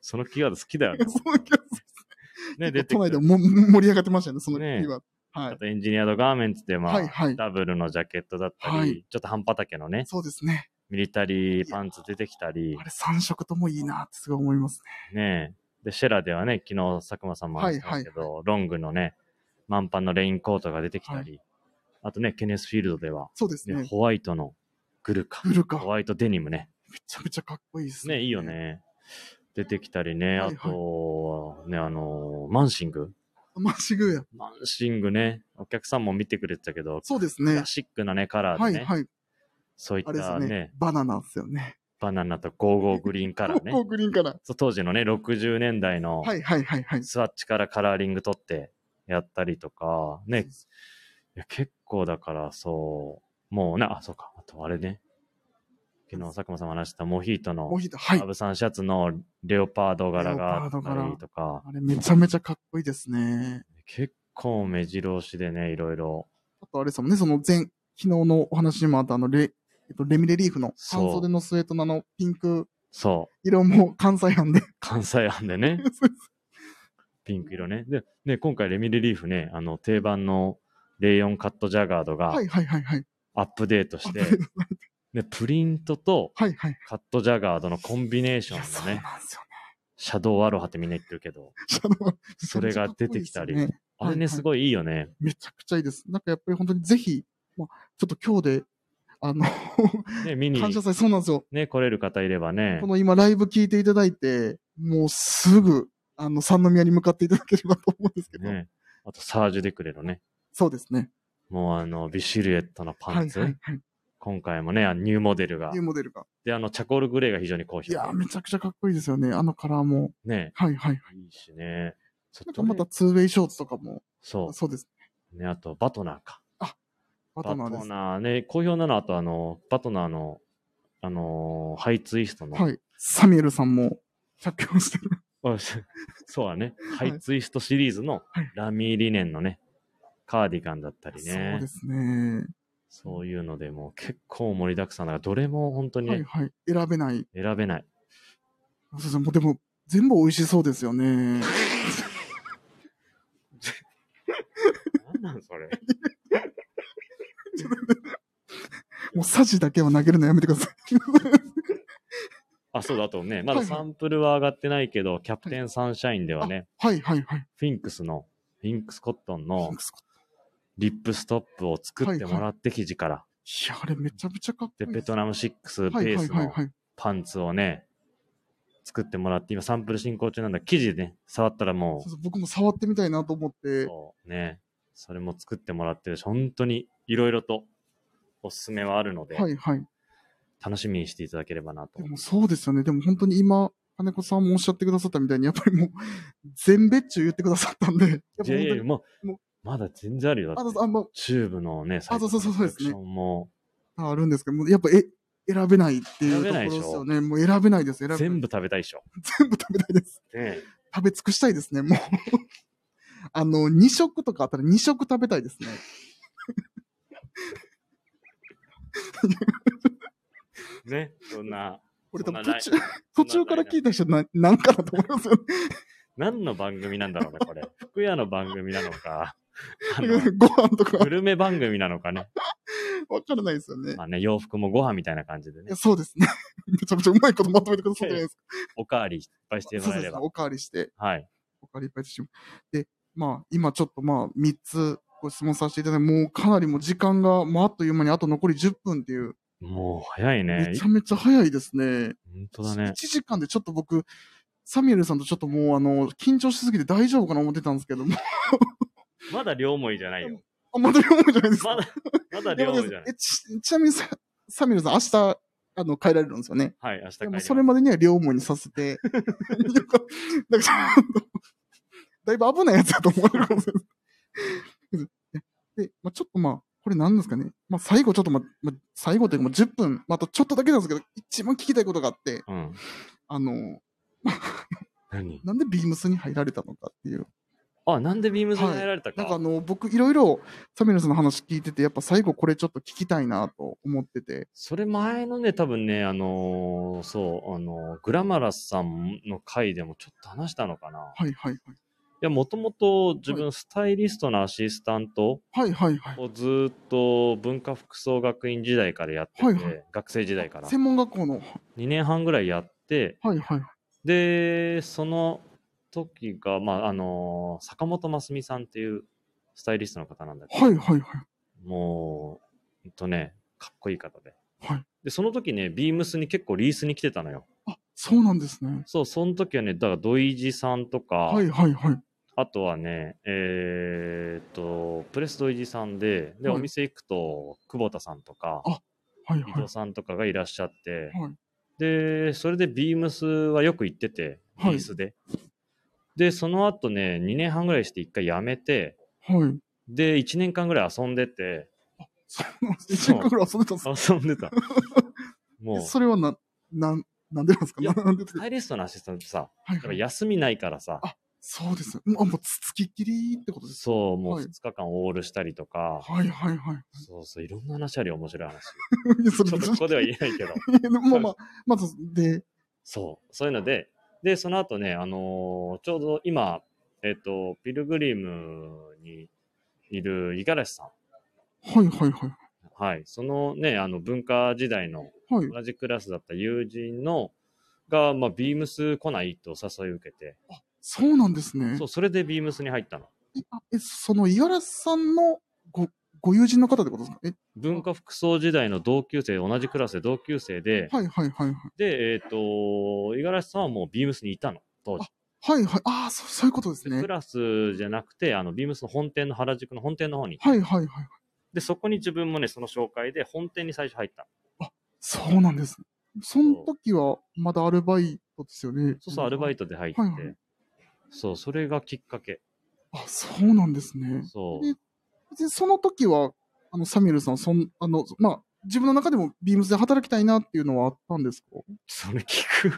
Speaker 2: そのキーワード好 きだよね。
Speaker 1: そうです
Speaker 2: ね、出て
Speaker 1: 都
Speaker 2: き
Speaker 1: 内で
Speaker 2: た
Speaker 1: もも 盛り上がってましたよね、その
Speaker 2: ね
Speaker 1: 時は。は
Speaker 2: あ
Speaker 1: い。
Speaker 2: とエンジニアード・ガーメンツで、まあ、
Speaker 1: はいはい。
Speaker 2: ダブルのジャケットだったり、
Speaker 1: はい
Speaker 2: ちょっと半端丈のね、
Speaker 1: そうですね。
Speaker 2: ミリタリーパンツ出てきたり
Speaker 1: あ、れ3色ともいいなってすごい思いますね。
Speaker 2: ね、で、シェラではね、昨日佐久間さんも話したんですけど、
Speaker 1: はい
Speaker 2: ロングのね、満帆のレインコートが出てきたり、あとね、ケネスフィールドでは、
Speaker 1: そうです
Speaker 2: ね
Speaker 1: ね。
Speaker 2: ホワイトのグルカ、
Speaker 1: グルカ
Speaker 2: ホワイトデニムね、
Speaker 1: めちゃめちゃかっこいいですね。
Speaker 2: ね、いいよ。ね。出てきたりね、
Speaker 1: はいは
Speaker 2: あ
Speaker 1: い
Speaker 2: と、ね、あのーマンシング。
Speaker 1: まっしぐや。
Speaker 2: マンシングね、お客さんも見てくれてたけど、
Speaker 1: そうです
Speaker 2: ク
Speaker 1: ね
Speaker 2: ラ。シックなね、カラー
Speaker 1: は
Speaker 2: で
Speaker 1: い
Speaker 2: ね、
Speaker 1: はい。
Speaker 2: そういっ
Speaker 1: あれです
Speaker 2: た
Speaker 1: ね
Speaker 2: ね。
Speaker 1: バナナですよね。
Speaker 2: バナナとゴーゴーグリーンカラー
Speaker 1: コ
Speaker 2: ね、
Speaker 1: ンクリーンから。
Speaker 2: そう当時のね、60年代の
Speaker 1: はいはいはいはい。
Speaker 2: スワッチからカラーリング取ってやったりとか、ね、いや結構だからそう、もうな、あ、そうか、あとあれね、昨日佐久間さんも話したモヒートの
Speaker 1: モヒート、はい
Speaker 2: ア。ブさんシャツのレオパード柄があった
Speaker 1: レオパード柄
Speaker 2: りとか、
Speaker 1: あれめちゃめちゃかっこいいですね。
Speaker 2: 結構目白押しでね、いろいろ。
Speaker 1: あとあれですもんね、その前、昨日のお話にもあったあのレ、えっと、レミレリーフの
Speaker 2: そう
Speaker 1: 半袖のスウェットのあのピンク
Speaker 2: そう。
Speaker 1: 色も関西版で。
Speaker 2: 関西版で ね、ピンク色ね。で、ね、今回レミレリーフね、あの、定番のレイオンカットジャガードが
Speaker 1: はいはいはいはい。
Speaker 2: アップデートして、で、プリントと
Speaker 1: はいはい。
Speaker 2: カットジャガードのコンビネーシ
Speaker 1: いや、
Speaker 2: ョ
Speaker 1: そ
Speaker 2: ン
Speaker 1: う
Speaker 2: の
Speaker 1: なん
Speaker 2: ね
Speaker 1: で、すよね。
Speaker 2: シャドウアロハってみんな言ってるけど、
Speaker 1: シャドウ
Speaker 2: それが出てきたり。あれ
Speaker 1: はいは
Speaker 2: ね、
Speaker 1: い
Speaker 2: すごいいいよね。
Speaker 1: めちゃくちゃいいです。なんかやっぱり本当にぜひ、まあ、ちょっと今日で、あの、
Speaker 2: ね、見 に
Speaker 1: 感謝祭、そうなんですよ。
Speaker 2: ね、来れる方いればね
Speaker 1: こ、の今ライブ聞いていただいて、もうすぐ、あの、三宮に向かっていただければと思うんですけど。
Speaker 2: ね、あとサージュデクレのね、
Speaker 1: そうですね。
Speaker 2: もうあの、ビシルエットのパ
Speaker 1: は
Speaker 2: ン
Speaker 1: い
Speaker 2: ツ、
Speaker 1: はいはい。
Speaker 2: 今回もね、あのニューモデルが
Speaker 1: ニュー、モデルが。
Speaker 2: で、あの、チャコールグレーが非常に好
Speaker 1: い
Speaker 2: 評
Speaker 1: やー、めちゃくちゃかっこいいですよね。あのカラーも。
Speaker 2: ね、
Speaker 1: はいはい。
Speaker 2: いいしね。そ
Speaker 1: なん
Speaker 2: う
Speaker 1: かまたツーウェイショーツとかも。
Speaker 2: そ
Speaker 1: そうです。
Speaker 2: う。ね、あと、バトナーか。
Speaker 1: バ
Speaker 2: バ
Speaker 1: タ
Speaker 2: ト
Speaker 1: ナーです。
Speaker 2: ナーね、好評なの、あと、あの、バトナーの、あのーハイツイストの、
Speaker 1: はい。サミュエルさんも着用してる。
Speaker 2: あそ そうだね、ハイツイストシリーズの
Speaker 1: はい
Speaker 2: ラミーリネンのね、カーディガンだったり
Speaker 1: そ
Speaker 2: ね。
Speaker 1: うですね。
Speaker 2: そういうのでもう結構盛りだくさんだから、どれも本当に
Speaker 1: はい
Speaker 2: ね
Speaker 1: はい。選べない。
Speaker 2: 選べない。
Speaker 1: そうですね。もうでも、全部美味しそうですよ ね。
Speaker 2: なんなんそれ。
Speaker 1: もうサジだけは投げるのやめてください。
Speaker 2: あ、そうだあとね、まだ
Speaker 1: はいはい
Speaker 2: サンプルは上がってないけど、キャプテンサンシャインではね、
Speaker 1: はいはいはい。
Speaker 2: フィンクスの、フィンクスコットン
Speaker 1: い
Speaker 2: のリップストップを作ってもらって生地から。
Speaker 1: や、あれめちゃくちゃかっこい
Speaker 2: で、
Speaker 1: い。
Speaker 2: ベトナム6
Speaker 1: は
Speaker 2: ペ
Speaker 1: い
Speaker 2: ー
Speaker 1: はい
Speaker 2: ス
Speaker 1: はい
Speaker 2: の
Speaker 1: はい。
Speaker 2: パンツをね、作ってもらって、今サンプル進行中なんだ。生地ね、触ったらも
Speaker 1: そうそう僕も触ってみたいなと思っ
Speaker 2: う、
Speaker 1: て、
Speaker 2: そうね、それも作ってもらってるし、本当にいろいろとおすすめはあるので、
Speaker 1: はいはい。
Speaker 2: 楽しみにしていただければなと
Speaker 1: で。もそうですよね。でも本当に今、金子さんもおっしゃってくださったみたいに、やっぱりもう、全別注言ってくださったんで、やっぱ本
Speaker 2: い
Speaker 1: 当
Speaker 2: やいや、
Speaker 1: に、
Speaker 2: もう
Speaker 1: もう
Speaker 2: まだ全然あるよ。だ
Speaker 1: あ
Speaker 2: って
Speaker 1: の、あんま
Speaker 2: チューブのね、
Speaker 1: あそうそうそうそうですね
Speaker 2: サイトのコレクションも
Speaker 1: あるんですけど、もうやっぱ、え、選べないっていうと
Speaker 2: 選べ
Speaker 1: ころ
Speaker 2: ない
Speaker 1: で
Speaker 2: でしょ
Speaker 1: すよね。もう選べないです。選べない
Speaker 2: 全部食べたいでしょ。
Speaker 1: 全部食べたいです。
Speaker 2: ね
Speaker 1: 食べ尽くしたいですね、もう。 あの、2食とかあったら2食食べたいですね。
Speaker 2: えね、そんな、
Speaker 1: これ多分
Speaker 2: そん
Speaker 1: 途
Speaker 2: な
Speaker 1: 中
Speaker 2: ライ、
Speaker 1: 途中から聞いた人な、なんかなと思いますよね。
Speaker 2: 何の番組なんだろうね、これ。 福屋の番組なのか、 あの、
Speaker 1: ご飯とか
Speaker 2: グルメ番組なのかね。
Speaker 1: わからないですよね。
Speaker 2: まあね、洋服もご飯みたいな感じで
Speaker 1: い
Speaker 2: ね
Speaker 1: や、、そうですね。 めちゃめちゃうまいことまとめてくださったじゃないですか。
Speaker 2: おかわりいっぱい して
Speaker 1: そ
Speaker 2: も
Speaker 1: う
Speaker 2: ら
Speaker 1: で
Speaker 2: え
Speaker 1: す
Speaker 2: れ
Speaker 1: ね。
Speaker 2: ば。
Speaker 1: おかわりして、
Speaker 2: はい。
Speaker 1: おかわりいっぱいしてしまう。で、まあ、今ちょっとまあ、3つご質問させていただいて、もうかなりもう時間が、もうあっという間にあと残り10分っていう、
Speaker 2: もう早いね
Speaker 1: めち。ゃめちゃ早いですね。
Speaker 2: 本当
Speaker 1: 一
Speaker 2: だね。
Speaker 1: 1時間でちょっと僕、サミュエルさんとちょっともうあの、緊張しすぎて大丈夫かな思ってたんですけども、
Speaker 2: まだ両思いじゃないよ。
Speaker 1: あ、まだ思うじゃないですか。
Speaker 2: まだ、まだ
Speaker 1: で
Speaker 2: 両
Speaker 1: も
Speaker 2: 思いじゃな
Speaker 1: え
Speaker 2: い。
Speaker 1: ちちなみにさサミュエルさん、明日、あの、帰られるんですよね。
Speaker 2: はい、明日帰
Speaker 1: で
Speaker 2: り
Speaker 1: も
Speaker 2: ます
Speaker 1: それまでには両思いにさせて、 なんか、なんかちょっとだいぶ危ないやつだと思われるかもしれないで、まあ、ちょっとまあ、これなんですかね。まあ、最後ちょっとまあ、まあ、最後というかもう10分、まあ、あとちょっとだけなんですけど、一番聞きたいことがあって、
Speaker 2: うん。
Speaker 1: あの、
Speaker 2: 何
Speaker 1: なんでビームスに入られたのかっていう。
Speaker 2: あ、なんでビームズに入られたか。
Speaker 1: なんかあの、僕いろいろサミュエルさんの話聞いてて、やっぱ最後これちょっと聞きたいなと思ってて。
Speaker 2: それ前のね、多分ね、あのーそう、あのーグラマラスさんの回でもちょっと話したのかな。い
Speaker 1: はいはいはい。
Speaker 2: や、もともと自分スタイリストのアシスタント
Speaker 1: はいはいはい。
Speaker 2: をずーっと文化服装学院時代からやってて、
Speaker 1: はいはい
Speaker 2: 学生時代から。
Speaker 1: 専門学校の。
Speaker 2: 2年半ぐらいやって、
Speaker 1: はいはい。
Speaker 2: で、その時が、まあ、あのー坂本真澄さんっていうスタイリストの方なんだけど、
Speaker 1: はいはいはい。
Speaker 2: もう、ほんとね、かっこいい方で。
Speaker 1: はい
Speaker 2: で、その時ね、ビームスに結構リースに来てたのよ。
Speaker 1: あ、そうなんですね。
Speaker 2: そう、その時はね、だからドイジさんとか、
Speaker 1: はいはいはい。
Speaker 2: あとはね、えーっと、プレスドイジさんで、で、
Speaker 1: はい
Speaker 2: お店行くと、久保田さんとか、
Speaker 1: はい
Speaker 2: 伊
Speaker 1: はい。
Speaker 2: 藤さんとかがいらっしゃって、
Speaker 1: はい
Speaker 2: で、それでビームスはよく行ってて、
Speaker 1: はい
Speaker 2: ビースで。で、その後ね、2年半ぐらいして1回辞めて、
Speaker 1: はい。
Speaker 2: で、1年間ぐらい遊んでて、
Speaker 1: そうなんです。一年間ぐらい遊んでたんです
Speaker 2: 遊ん でた。もう、
Speaker 1: ね。
Speaker 2: ス
Speaker 1: それはな、なん、なんでなんですか
Speaker 2: いや
Speaker 1: なんでって。
Speaker 2: タイリストのアシスタントさ、
Speaker 1: はい
Speaker 2: だから
Speaker 1: はい。
Speaker 2: 休みないからさ、
Speaker 1: あそうです。うんあ、もうつつきっきりってことです。
Speaker 2: そう、もう
Speaker 1: はい
Speaker 2: 2日間オールしたりとか、
Speaker 1: はいはいはい。
Speaker 2: そうそう、いろんな話あるよ、面白い話。
Speaker 1: いやそれ
Speaker 2: ちょっとここでは言えないけど。
Speaker 1: まあまあ、まず、で、
Speaker 2: そう、そういうので、で、その後ね、あのーちょうど今、えっ、と、ピルグリムにいる五十嵐さ
Speaker 1: はいはいはい。
Speaker 2: ん。はい。そのね、あの、文化時代の
Speaker 1: はい。
Speaker 2: 同じクラスだった友人の、が、まあ、ビームス来ないってお誘い受けて、
Speaker 1: そうなんですね。
Speaker 2: そう、それでビームスに入ったの。
Speaker 1: え、あえその五十嵐さんのごご友人の方ってことですかえ、
Speaker 2: 文化服装時代の同級生、同じクラスで同級生で、
Speaker 1: はいはいはいはい。
Speaker 2: で、えっ、と、五十嵐さんはもうビームスにいたの、当時。
Speaker 1: はいはい。ああ、そう、そういうことです
Speaker 2: で
Speaker 1: ね
Speaker 2: ク。ラスじゃなくて、あの、ビームスの本店の原宿の本店の方に。
Speaker 1: はいはいはい。
Speaker 2: で、そこに自分もね、その紹介で本店に最初入った。
Speaker 1: そうなんです。その時はまだアルバイトですよね。
Speaker 2: そうそう、アルバイ
Speaker 1: ト。
Speaker 2: トで入って。
Speaker 1: はいはい
Speaker 2: そう、それがきっかけ。
Speaker 1: あ、そうなんですね。
Speaker 2: そう
Speaker 1: で。別にその時は、あの、サミュエルさん、そん、あの、まあ、自分の中でもビームスで働きたいなっていうのはあったんですか
Speaker 2: それ聞く。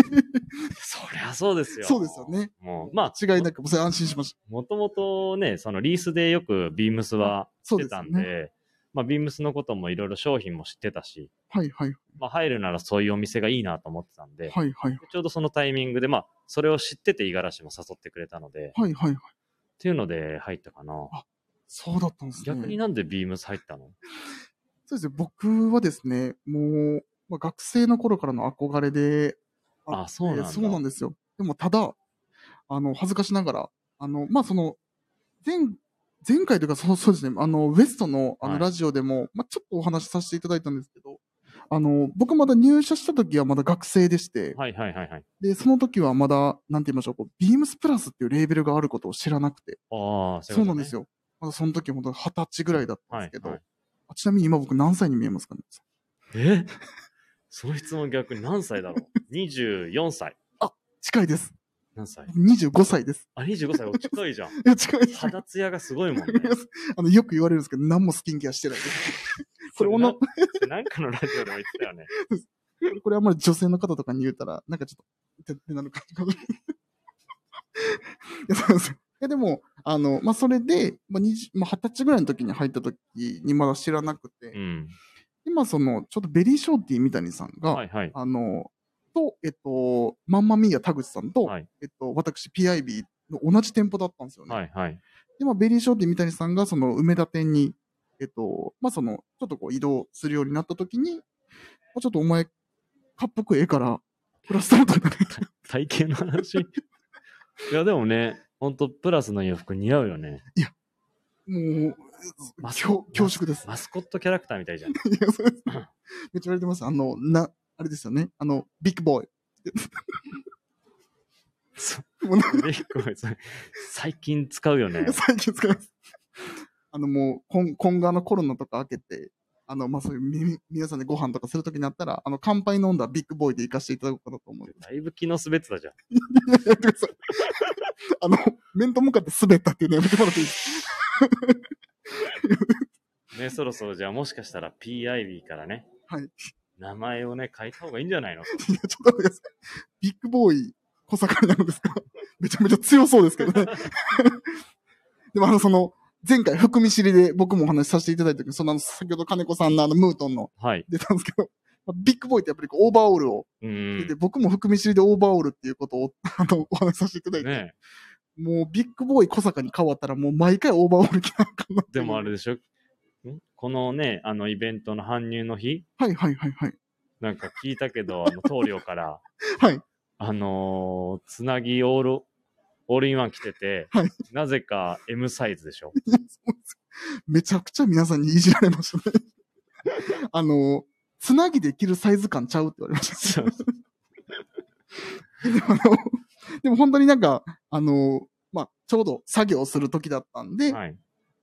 Speaker 2: そりゃそうですよ。
Speaker 1: そうですよ。ね。
Speaker 2: もう、まあ、
Speaker 1: 違いなく、それ安心しました。
Speaker 2: もともとね、そのリースでよくビームスは
Speaker 1: そう
Speaker 2: 出
Speaker 1: です
Speaker 2: た
Speaker 1: よ
Speaker 2: んで、
Speaker 1: ね。
Speaker 2: まあ、ビームスのこともいろいろ商品も知ってたし、
Speaker 1: はいはい。
Speaker 2: まあ、入るならそういうお店がいいなと思ってたんで、
Speaker 1: はいはい。
Speaker 2: ちょうどそのタイミングで、まあ、それを知ってて五十嵐も誘ってくれたので、っ
Speaker 1: はいはいはい。
Speaker 2: ていうので入ったかな。
Speaker 1: そうだったんですね。
Speaker 2: 逆になんでビームス入ったの
Speaker 1: そうですね。僕はですね、もう、まあ、学生の頃からの憧れで、あ
Speaker 2: あ、そうなんだ。
Speaker 1: えーそうなんですよ。でも、ただ、あの、恥ずかしながら、あの、まあ、その、前、前回というか、そうそうですね、あの、ウエストの、あ
Speaker 2: は
Speaker 1: の、
Speaker 2: い
Speaker 1: ラジオでも、まあ、ちょっとお話しさせていただいたんですけど、あの、僕まだ入社した時はまだ学生でして、
Speaker 2: はいはいはいはい。
Speaker 1: で、その時はまだ、なんて言いましょう、こうビームスプラスっていうレーベルがあることを知らなくて、
Speaker 2: ああ、
Speaker 1: そうなんです
Speaker 2: よ。
Speaker 1: よ。まだその時本当二十歳ぐらいだったん
Speaker 2: は
Speaker 1: です
Speaker 2: い
Speaker 1: け。ど、
Speaker 2: はい
Speaker 1: あちなみに今僕何歳に見えますかね
Speaker 2: えその質問逆に何歳だろう ?24 歳。
Speaker 1: 近いです。
Speaker 2: 何歳
Speaker 1: 25歳です。
Speaker 2: あ、25歳。お近いじゃん。
Speaker 1: いや、近いです。
Speaker 2: 肌ツヤがすごいもんね。
Speaker 1: あの、よく言われるんですけど、何もスキンケアしてないです。これ
Speaker 2: そ
Speaker 1: 女
Speaker 2: ななんかのラジオでも言ってたよね。
Speaker 1: これあんまり女性の方とかに言うたら、なんかちょっと、てってなるかもしれ ない。いや、そうなんですよ。いや、でも、あの、まあ、それで、まあ、20まあ二十歳ぐらいの時に入った時にまだ知らなくて、
Speaker 2: うん。
Speaker 1: 今その、ちょっとベリーショーティー三谷さんが、
Speaker 2: はいはい。
Speaker 1: あの、と、えっと、マンマミーヤ田口さんと、
Speaker 2: はい
Speaker 1: えっと、私 PIB の同じ店舗だったんですよね。
Speaker 2: はいはい。
Speaker 1: で、まあ、ベリーショーティー三谷さんが、その、梅田店に、えっと、まあ、その、ちょっとこう、移動するようになった時に、あちょっとお前、かっぽくええから、プラスタートになる。
Speaker 2: 体型の話。い や、でもね、ほんと、プラスの洋服似合うよね。
Speaker 1: もう、
Speaker 2: マス
Speaker 1: 恐恐縮です。
Speaker 2: マスコットキャラクターみ たいじゃん。
Speaker 1: いや、そうです。めっちゃ言われてます。あの、な、あれですよね。あの、ビッグボーイ。
Speaker 2: そ
Speaker 1: もうなんか
Speaker 2: ベリコイそれ最近使う よね。
Speaker 1: 最近使います。あのもう、今今後あのコロナとか明けて、あの、まあ、そういうみ、皆さんでご飯とかするときになったら、あの、乾杯飲んだビッグボーイで行かせていただこうかなと思う。
Speaker 2: だいぶ気の滑ってたじゃん。
Speaker 1: やめてください。 あの、面と向かって滑ったっていうのやめてもらっていいですか
Speaker 2: ね、そろそろじゃあもしかしたら PIB からね、
Speaker 1: はい。い
Speaker 2: 名前をね、変えた方がいいんじゃない の
Speaker 1: や、ちょっと待ってください。ビッグボーイ、小坂になるんですか めちゃめちゃ強そうですけどね。 でもあの、その、前回、含み知りで僕もお話しさせていただいた時に、その、あの先ほど金子さんのあの、ムートンの
Speaker 2: はい。
Speaker 1: 出たんですけど、 まあビッグボーイってやっぱりこうオーバーオールを
Speaker 2: う
Speaker 1: で、
Speaker 2: ん。
Speaker 1: 僕も含み知りでオーバーオールっていうことを あのお話しさせていただいて、
Speaker 2: ね
Speaker 1: もうビッグボーイ小坂に変わったらもう毎回オーバーオール着なあかんな って
Speaker 2: で
Speaker 1: いう
Speaker 2: もあれでしょんこのね、あのイベントの搬入の日、
Speaker 1: はいはいはいはい。
Speaker 2: なんか聞いたけど、あの棟梁から、
Speaker 1: はい。
Speaker 2: あのーつなぎオール、オールインワン着てて、
Speaker 1: はい
Speaker 2: なぜか M サイズでしょ。
Speaker 1: めちゃくちゃ皆さんにいじられました ね。あの、つなぎで着るサイズ感ちゃうって言われました。でもあの、でも本当になんか、あの、まあ、ちょうど作業する時だったんで、
Speaker 2: はい。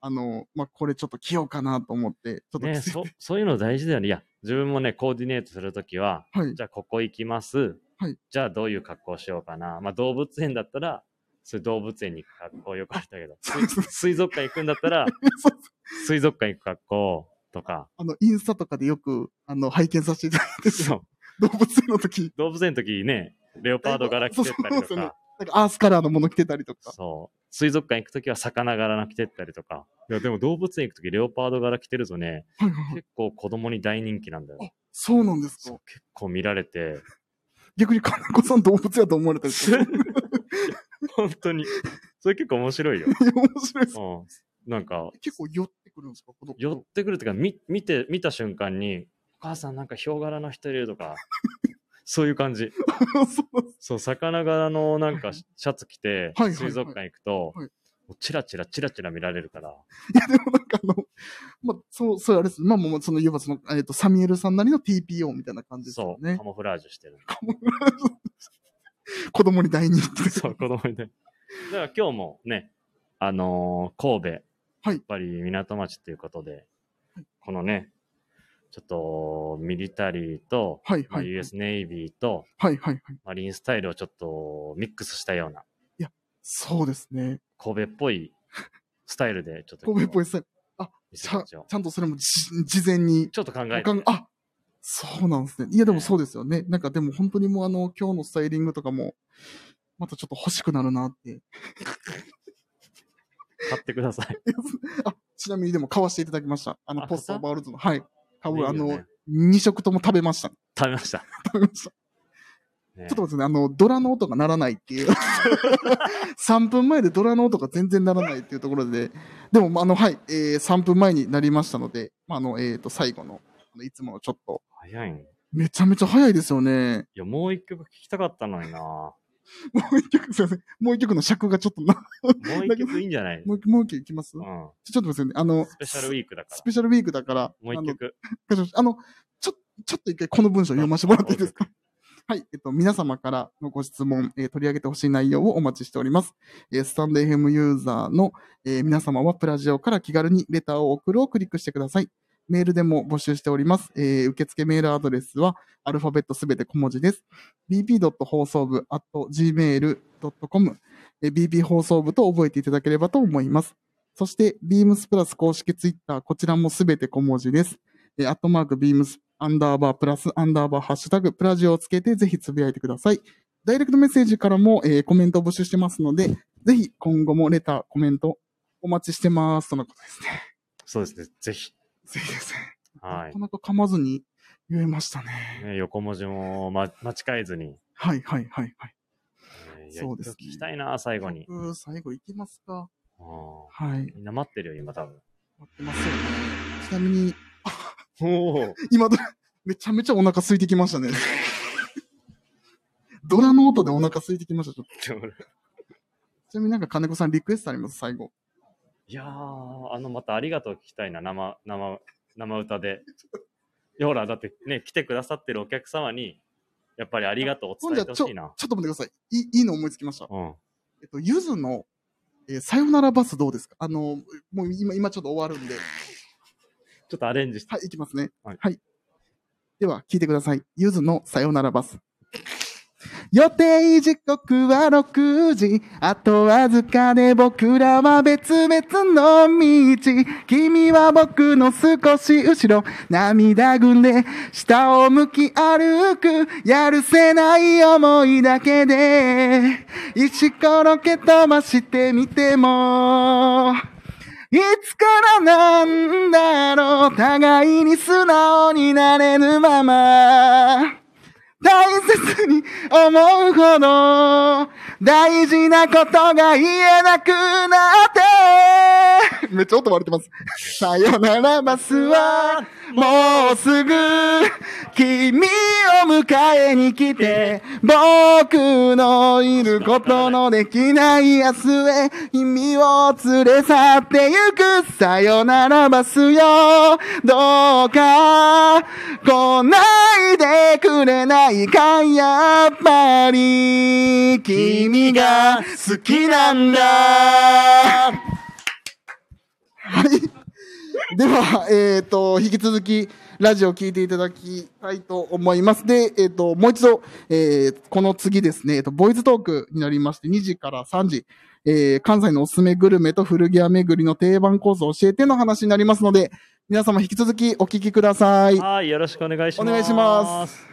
Speaker 1: あの、まあ、これちょっと着ようかなと思って、ちょっと着
Speaker 2: ね
Speaker 1: せて
Speaker 2: そ、 そういうの大事だよね。いや、自分もね、コーディネートするときは、
Speaker 1: はい。
Speaker 2: じゃあここ行きます。
Speaker 1: はい
Speaker 2: じゃあどういう格好しようかな。まあ動物園だったら、そういう動物園に行く格好よくあったけど、
Speaker 1: そうですね
Speaker 2: 水族館行くんだった ら、
Speaker 1: そう
Speaker 2: 水族館行く格好とか、
Speaker 1: あの、インスタとかでよく、あの、拝見させていただいてて、
Speaker 2: そう、
Speaker 1: 動物園の時、
Speaker 2: 動物園の時ね、レオパード柄着てったり
Speaker 1: そうそ
Speaker 2: と
Speaker 1: うそう
Speaker 2: か、
Speaker 1: なんかアースカラーのもの着てたりとか。
Speaker 2: そう、水族館行く時は魚柄の着てったりとか、いやでも動物園行く時レオパード柄着てるとね、
Speaker 1: はいはいはい。
Speaker 2: 結構子供に大人気なんだよ。
Speaker 1: あそうなんです
Speaker 2: そ
Speaker 1: か
Speaker 2: う。結構見られて、
Speaker 1: 逆に金子さん動物やと思われたりとか。い
Speaker 2: 本当に、それ結構面白いよ。
Speaker 1: や面白いです。
Speaker 2: うん、なんか、
Speaker 1: 結構寄ってくるんですか子供
Speaker 2: 寄ってくるとか、み、見て、見た瞬間に、お母さんなんかヒョウ柄の人いるとか、 そういう感
Speaker 1: そ
Speaker 2: じ。
Speaker 1: うなんです
Speaker 2: そう、魚柄のなん
Speaker 1: は
Speaker 2: か
Speaker 1: い
Speaker 2: シャツ着て、
Speaker 1: はいはいはい
Speaker 2: 水族館行くと、
Speaker 1: はい
Speaker 2: もうチラチラチラチラ見られるから、
Speaker 1: いや、でもなんかあの、まあ、そう、そうあれです。まあ、もう、その、いわばその、えっ、と、サミュエルさんなりの TPO みたいな感じです
Speaker 2: そ
Speaker 1: よ
Speaker 2: う、
Speaker 1: ね
Speaker 2: カ。モフラージュしてる。
Speaker 1: 子供に大人 気です。
Speaker 2: そう、子供みたい。だから今日もね、あのー神戸、
Speaker 1: はい
Speaker 2: やっぱり港町ということで、このね、ちょっと、ミリタリーと、
Speaker 1: はい
Speaker 2: まあ
Speaker 1: はいはい
Speaker 2: US ネイビーと、
Speaker 1: はいはいはい。
Speaker 2: マリンスタイルをちょっとミックスしたような、
Speaker 1: そうですね。
Speaker 2: 神戸っ ぽいスタイルで、ちょっと
Speaker 1: 神戸っぽい
Speaker 2: い
Speaker 1: ですね。
Speaker 2: 見
Speaker 1: ち
Speaker 2: せてみ
Speaker 1: ゃ
Speaker 2: ましょう
Speaker 1: ちゃんとそれもじ事前に
Speaker 2: ちょっと考え
Speaker 1: お
Speaker 2: て
Speaker 1: かんあそうなんですね。いや、でもそうですよね。なんかでも本当にもうあの、今日のスタイリングとかも、またちょっと欲しくなるなって。
Speaker 2: 買ってください。
Speaker 1: あ、ちなみにでも買わせていただきました。あの、
Speaker 2: あ
Speaker 1: ポスターバールズの。はい。買
Speaker 2: いい
Speaker 1: う、
Speaker 2: よ
Speaker 1: あの
Speaker 2: ね、
Speaker 1: 2色とも食べました。
Speaker 2: 食べました。
Speaker 1: 食べました。
Speaker 2: ね
Speaker 1: ちょっと待ってね、あの、ドラの音が鳴らないっていう。3分前でドラの音が全然鳴らないっていうところで、でも、まああの、はい、えー、3分前になりましたので、まあ、あの、えっ、と、最後の、あのいつものちょっと、
Speaker 2: 早いん。
Speaker 1: めちゃめちゃ早いですよね。
Speaker 2: いや、もう一曲聴きたかったのにな。 も
Speaker 1: もう一曲、すいません。もう一曲の尺がちょっとな。
Speaker 2: う一曲いいんじゃない
Speaker 1: もう一もう一曲いきます、
Speaker 2: うん。
Speaker 1: ちょっと待ってくださいね。あの、
Speaker 2: スペシャルウィークだか
Speaker 1: スペシャルウィークだから、
Speaker 2: ら。もう一曲。
Speaker 1: あの、あのちょ、ちょっと一回この文章読ませてもらっていいですかはい、えっと、皆様からのご質問、えー取り上げてほしい内容をお待ちしております。えースタンド FM ユーザーの、えー皆様はプラジオから気軽にレターを送るをクリックしてください。メールでも募集しております。えー受付メールアドレスはアルファベットすべて小文字です。bp. 放送部 at gmail.com、えー bp 放送部と覚えていただければと思います。そして、beams プラス公式ツイッター、こちらもすべて小文字です。えーアットマーク、ビームス、アンダーバー、プラス、アンダーバー、ハッシュタグ、プラジオをつけて、ぜひつぶやいてください。ダイレクトメッセージからも、えーコメントを募集してますので、ぜひ今後もレター、コメントお待ちしてます。とのことですね。
Speaker 2: そうですね。ぜひ。
Speaker 1: ぜひですね。
Speaker 2: は
Speaker 1: なかなか噛まずに言えました
Speaker 2: い。
Speaker 1: ね。
Speaker 2: ね、横文字も、ま、間違えずに。
Speaker 1: はいはいはいはい。
Speaker 2: ねいや
Speaker 1: そうですね
Speaker 2: 一曲聞きたいな、最後に。
Speaker 1: うー最後いきますか。
Speaker 2: ああ
Speaker 1: はい。
Speaker 2: みんな待ってるよ、今多分。
Speaker 1: 待ってますよ、ね。ちなみに、
Speaker 2: おお。
Speaker 1: 今ど、 めちゃめちゃお腹空いてきましたね。 ドラの音でお腹空いてきました。ちょっとちなみになんか金子さんリクエストあります最後。
Speaker 2: いやー、あの、またありがとう聞きたいな、生、生、生歌で。いや、ほら、だってね、来てくださってるお客様に、やっぱりありがとうを伝えてほしいな。
Speaker 1: ちょっと待ってください。いいいの思いつきました。
Speaker 2: うん。
Speaker 1: えっと、ゆずの、えーさよならバスどうですかあの、もう今、今ちょっと終わるんで。
Speaker 2: ちょっとアレンジして。
Speaker 1: はい、いきますね。
Speaker 2: は
Speaker 1: はいい。では、聞いてください。ゆずのさよならバス。予定時刻は6時。あとわずかで僕らは別々の道。君は僕の少し後ろ。涙ぐんで下を向き歩く。やるせない思いだけで。石ころけ飛ばしてみても。いつからなんだろう互いに素直になれぬまま大切に思うほど大事なことが言えなくなって めっちゃ音割れてます。さよならバスはもうすぐ君を迎えに来て僕のいることのできない明日へ君を連れ去ってゆくさよならバスよどうか来ないでくれないかやっぱり君が好きなんだはい。 では、えっ、と、引き続き、ラジオを聞いていただきたいと思います。で、えっ、と、もう一度、えーこの次ですね、えっ、と、ボーイズトークになりまして、2時から3時、えー関西のおすすめグルメと古着屋巡りの定番コースを教えての話になりますので、皆様引き続きお聞きください。
Speaker 2: はい、よろしくお願いします。。
Speaker 1: お願いします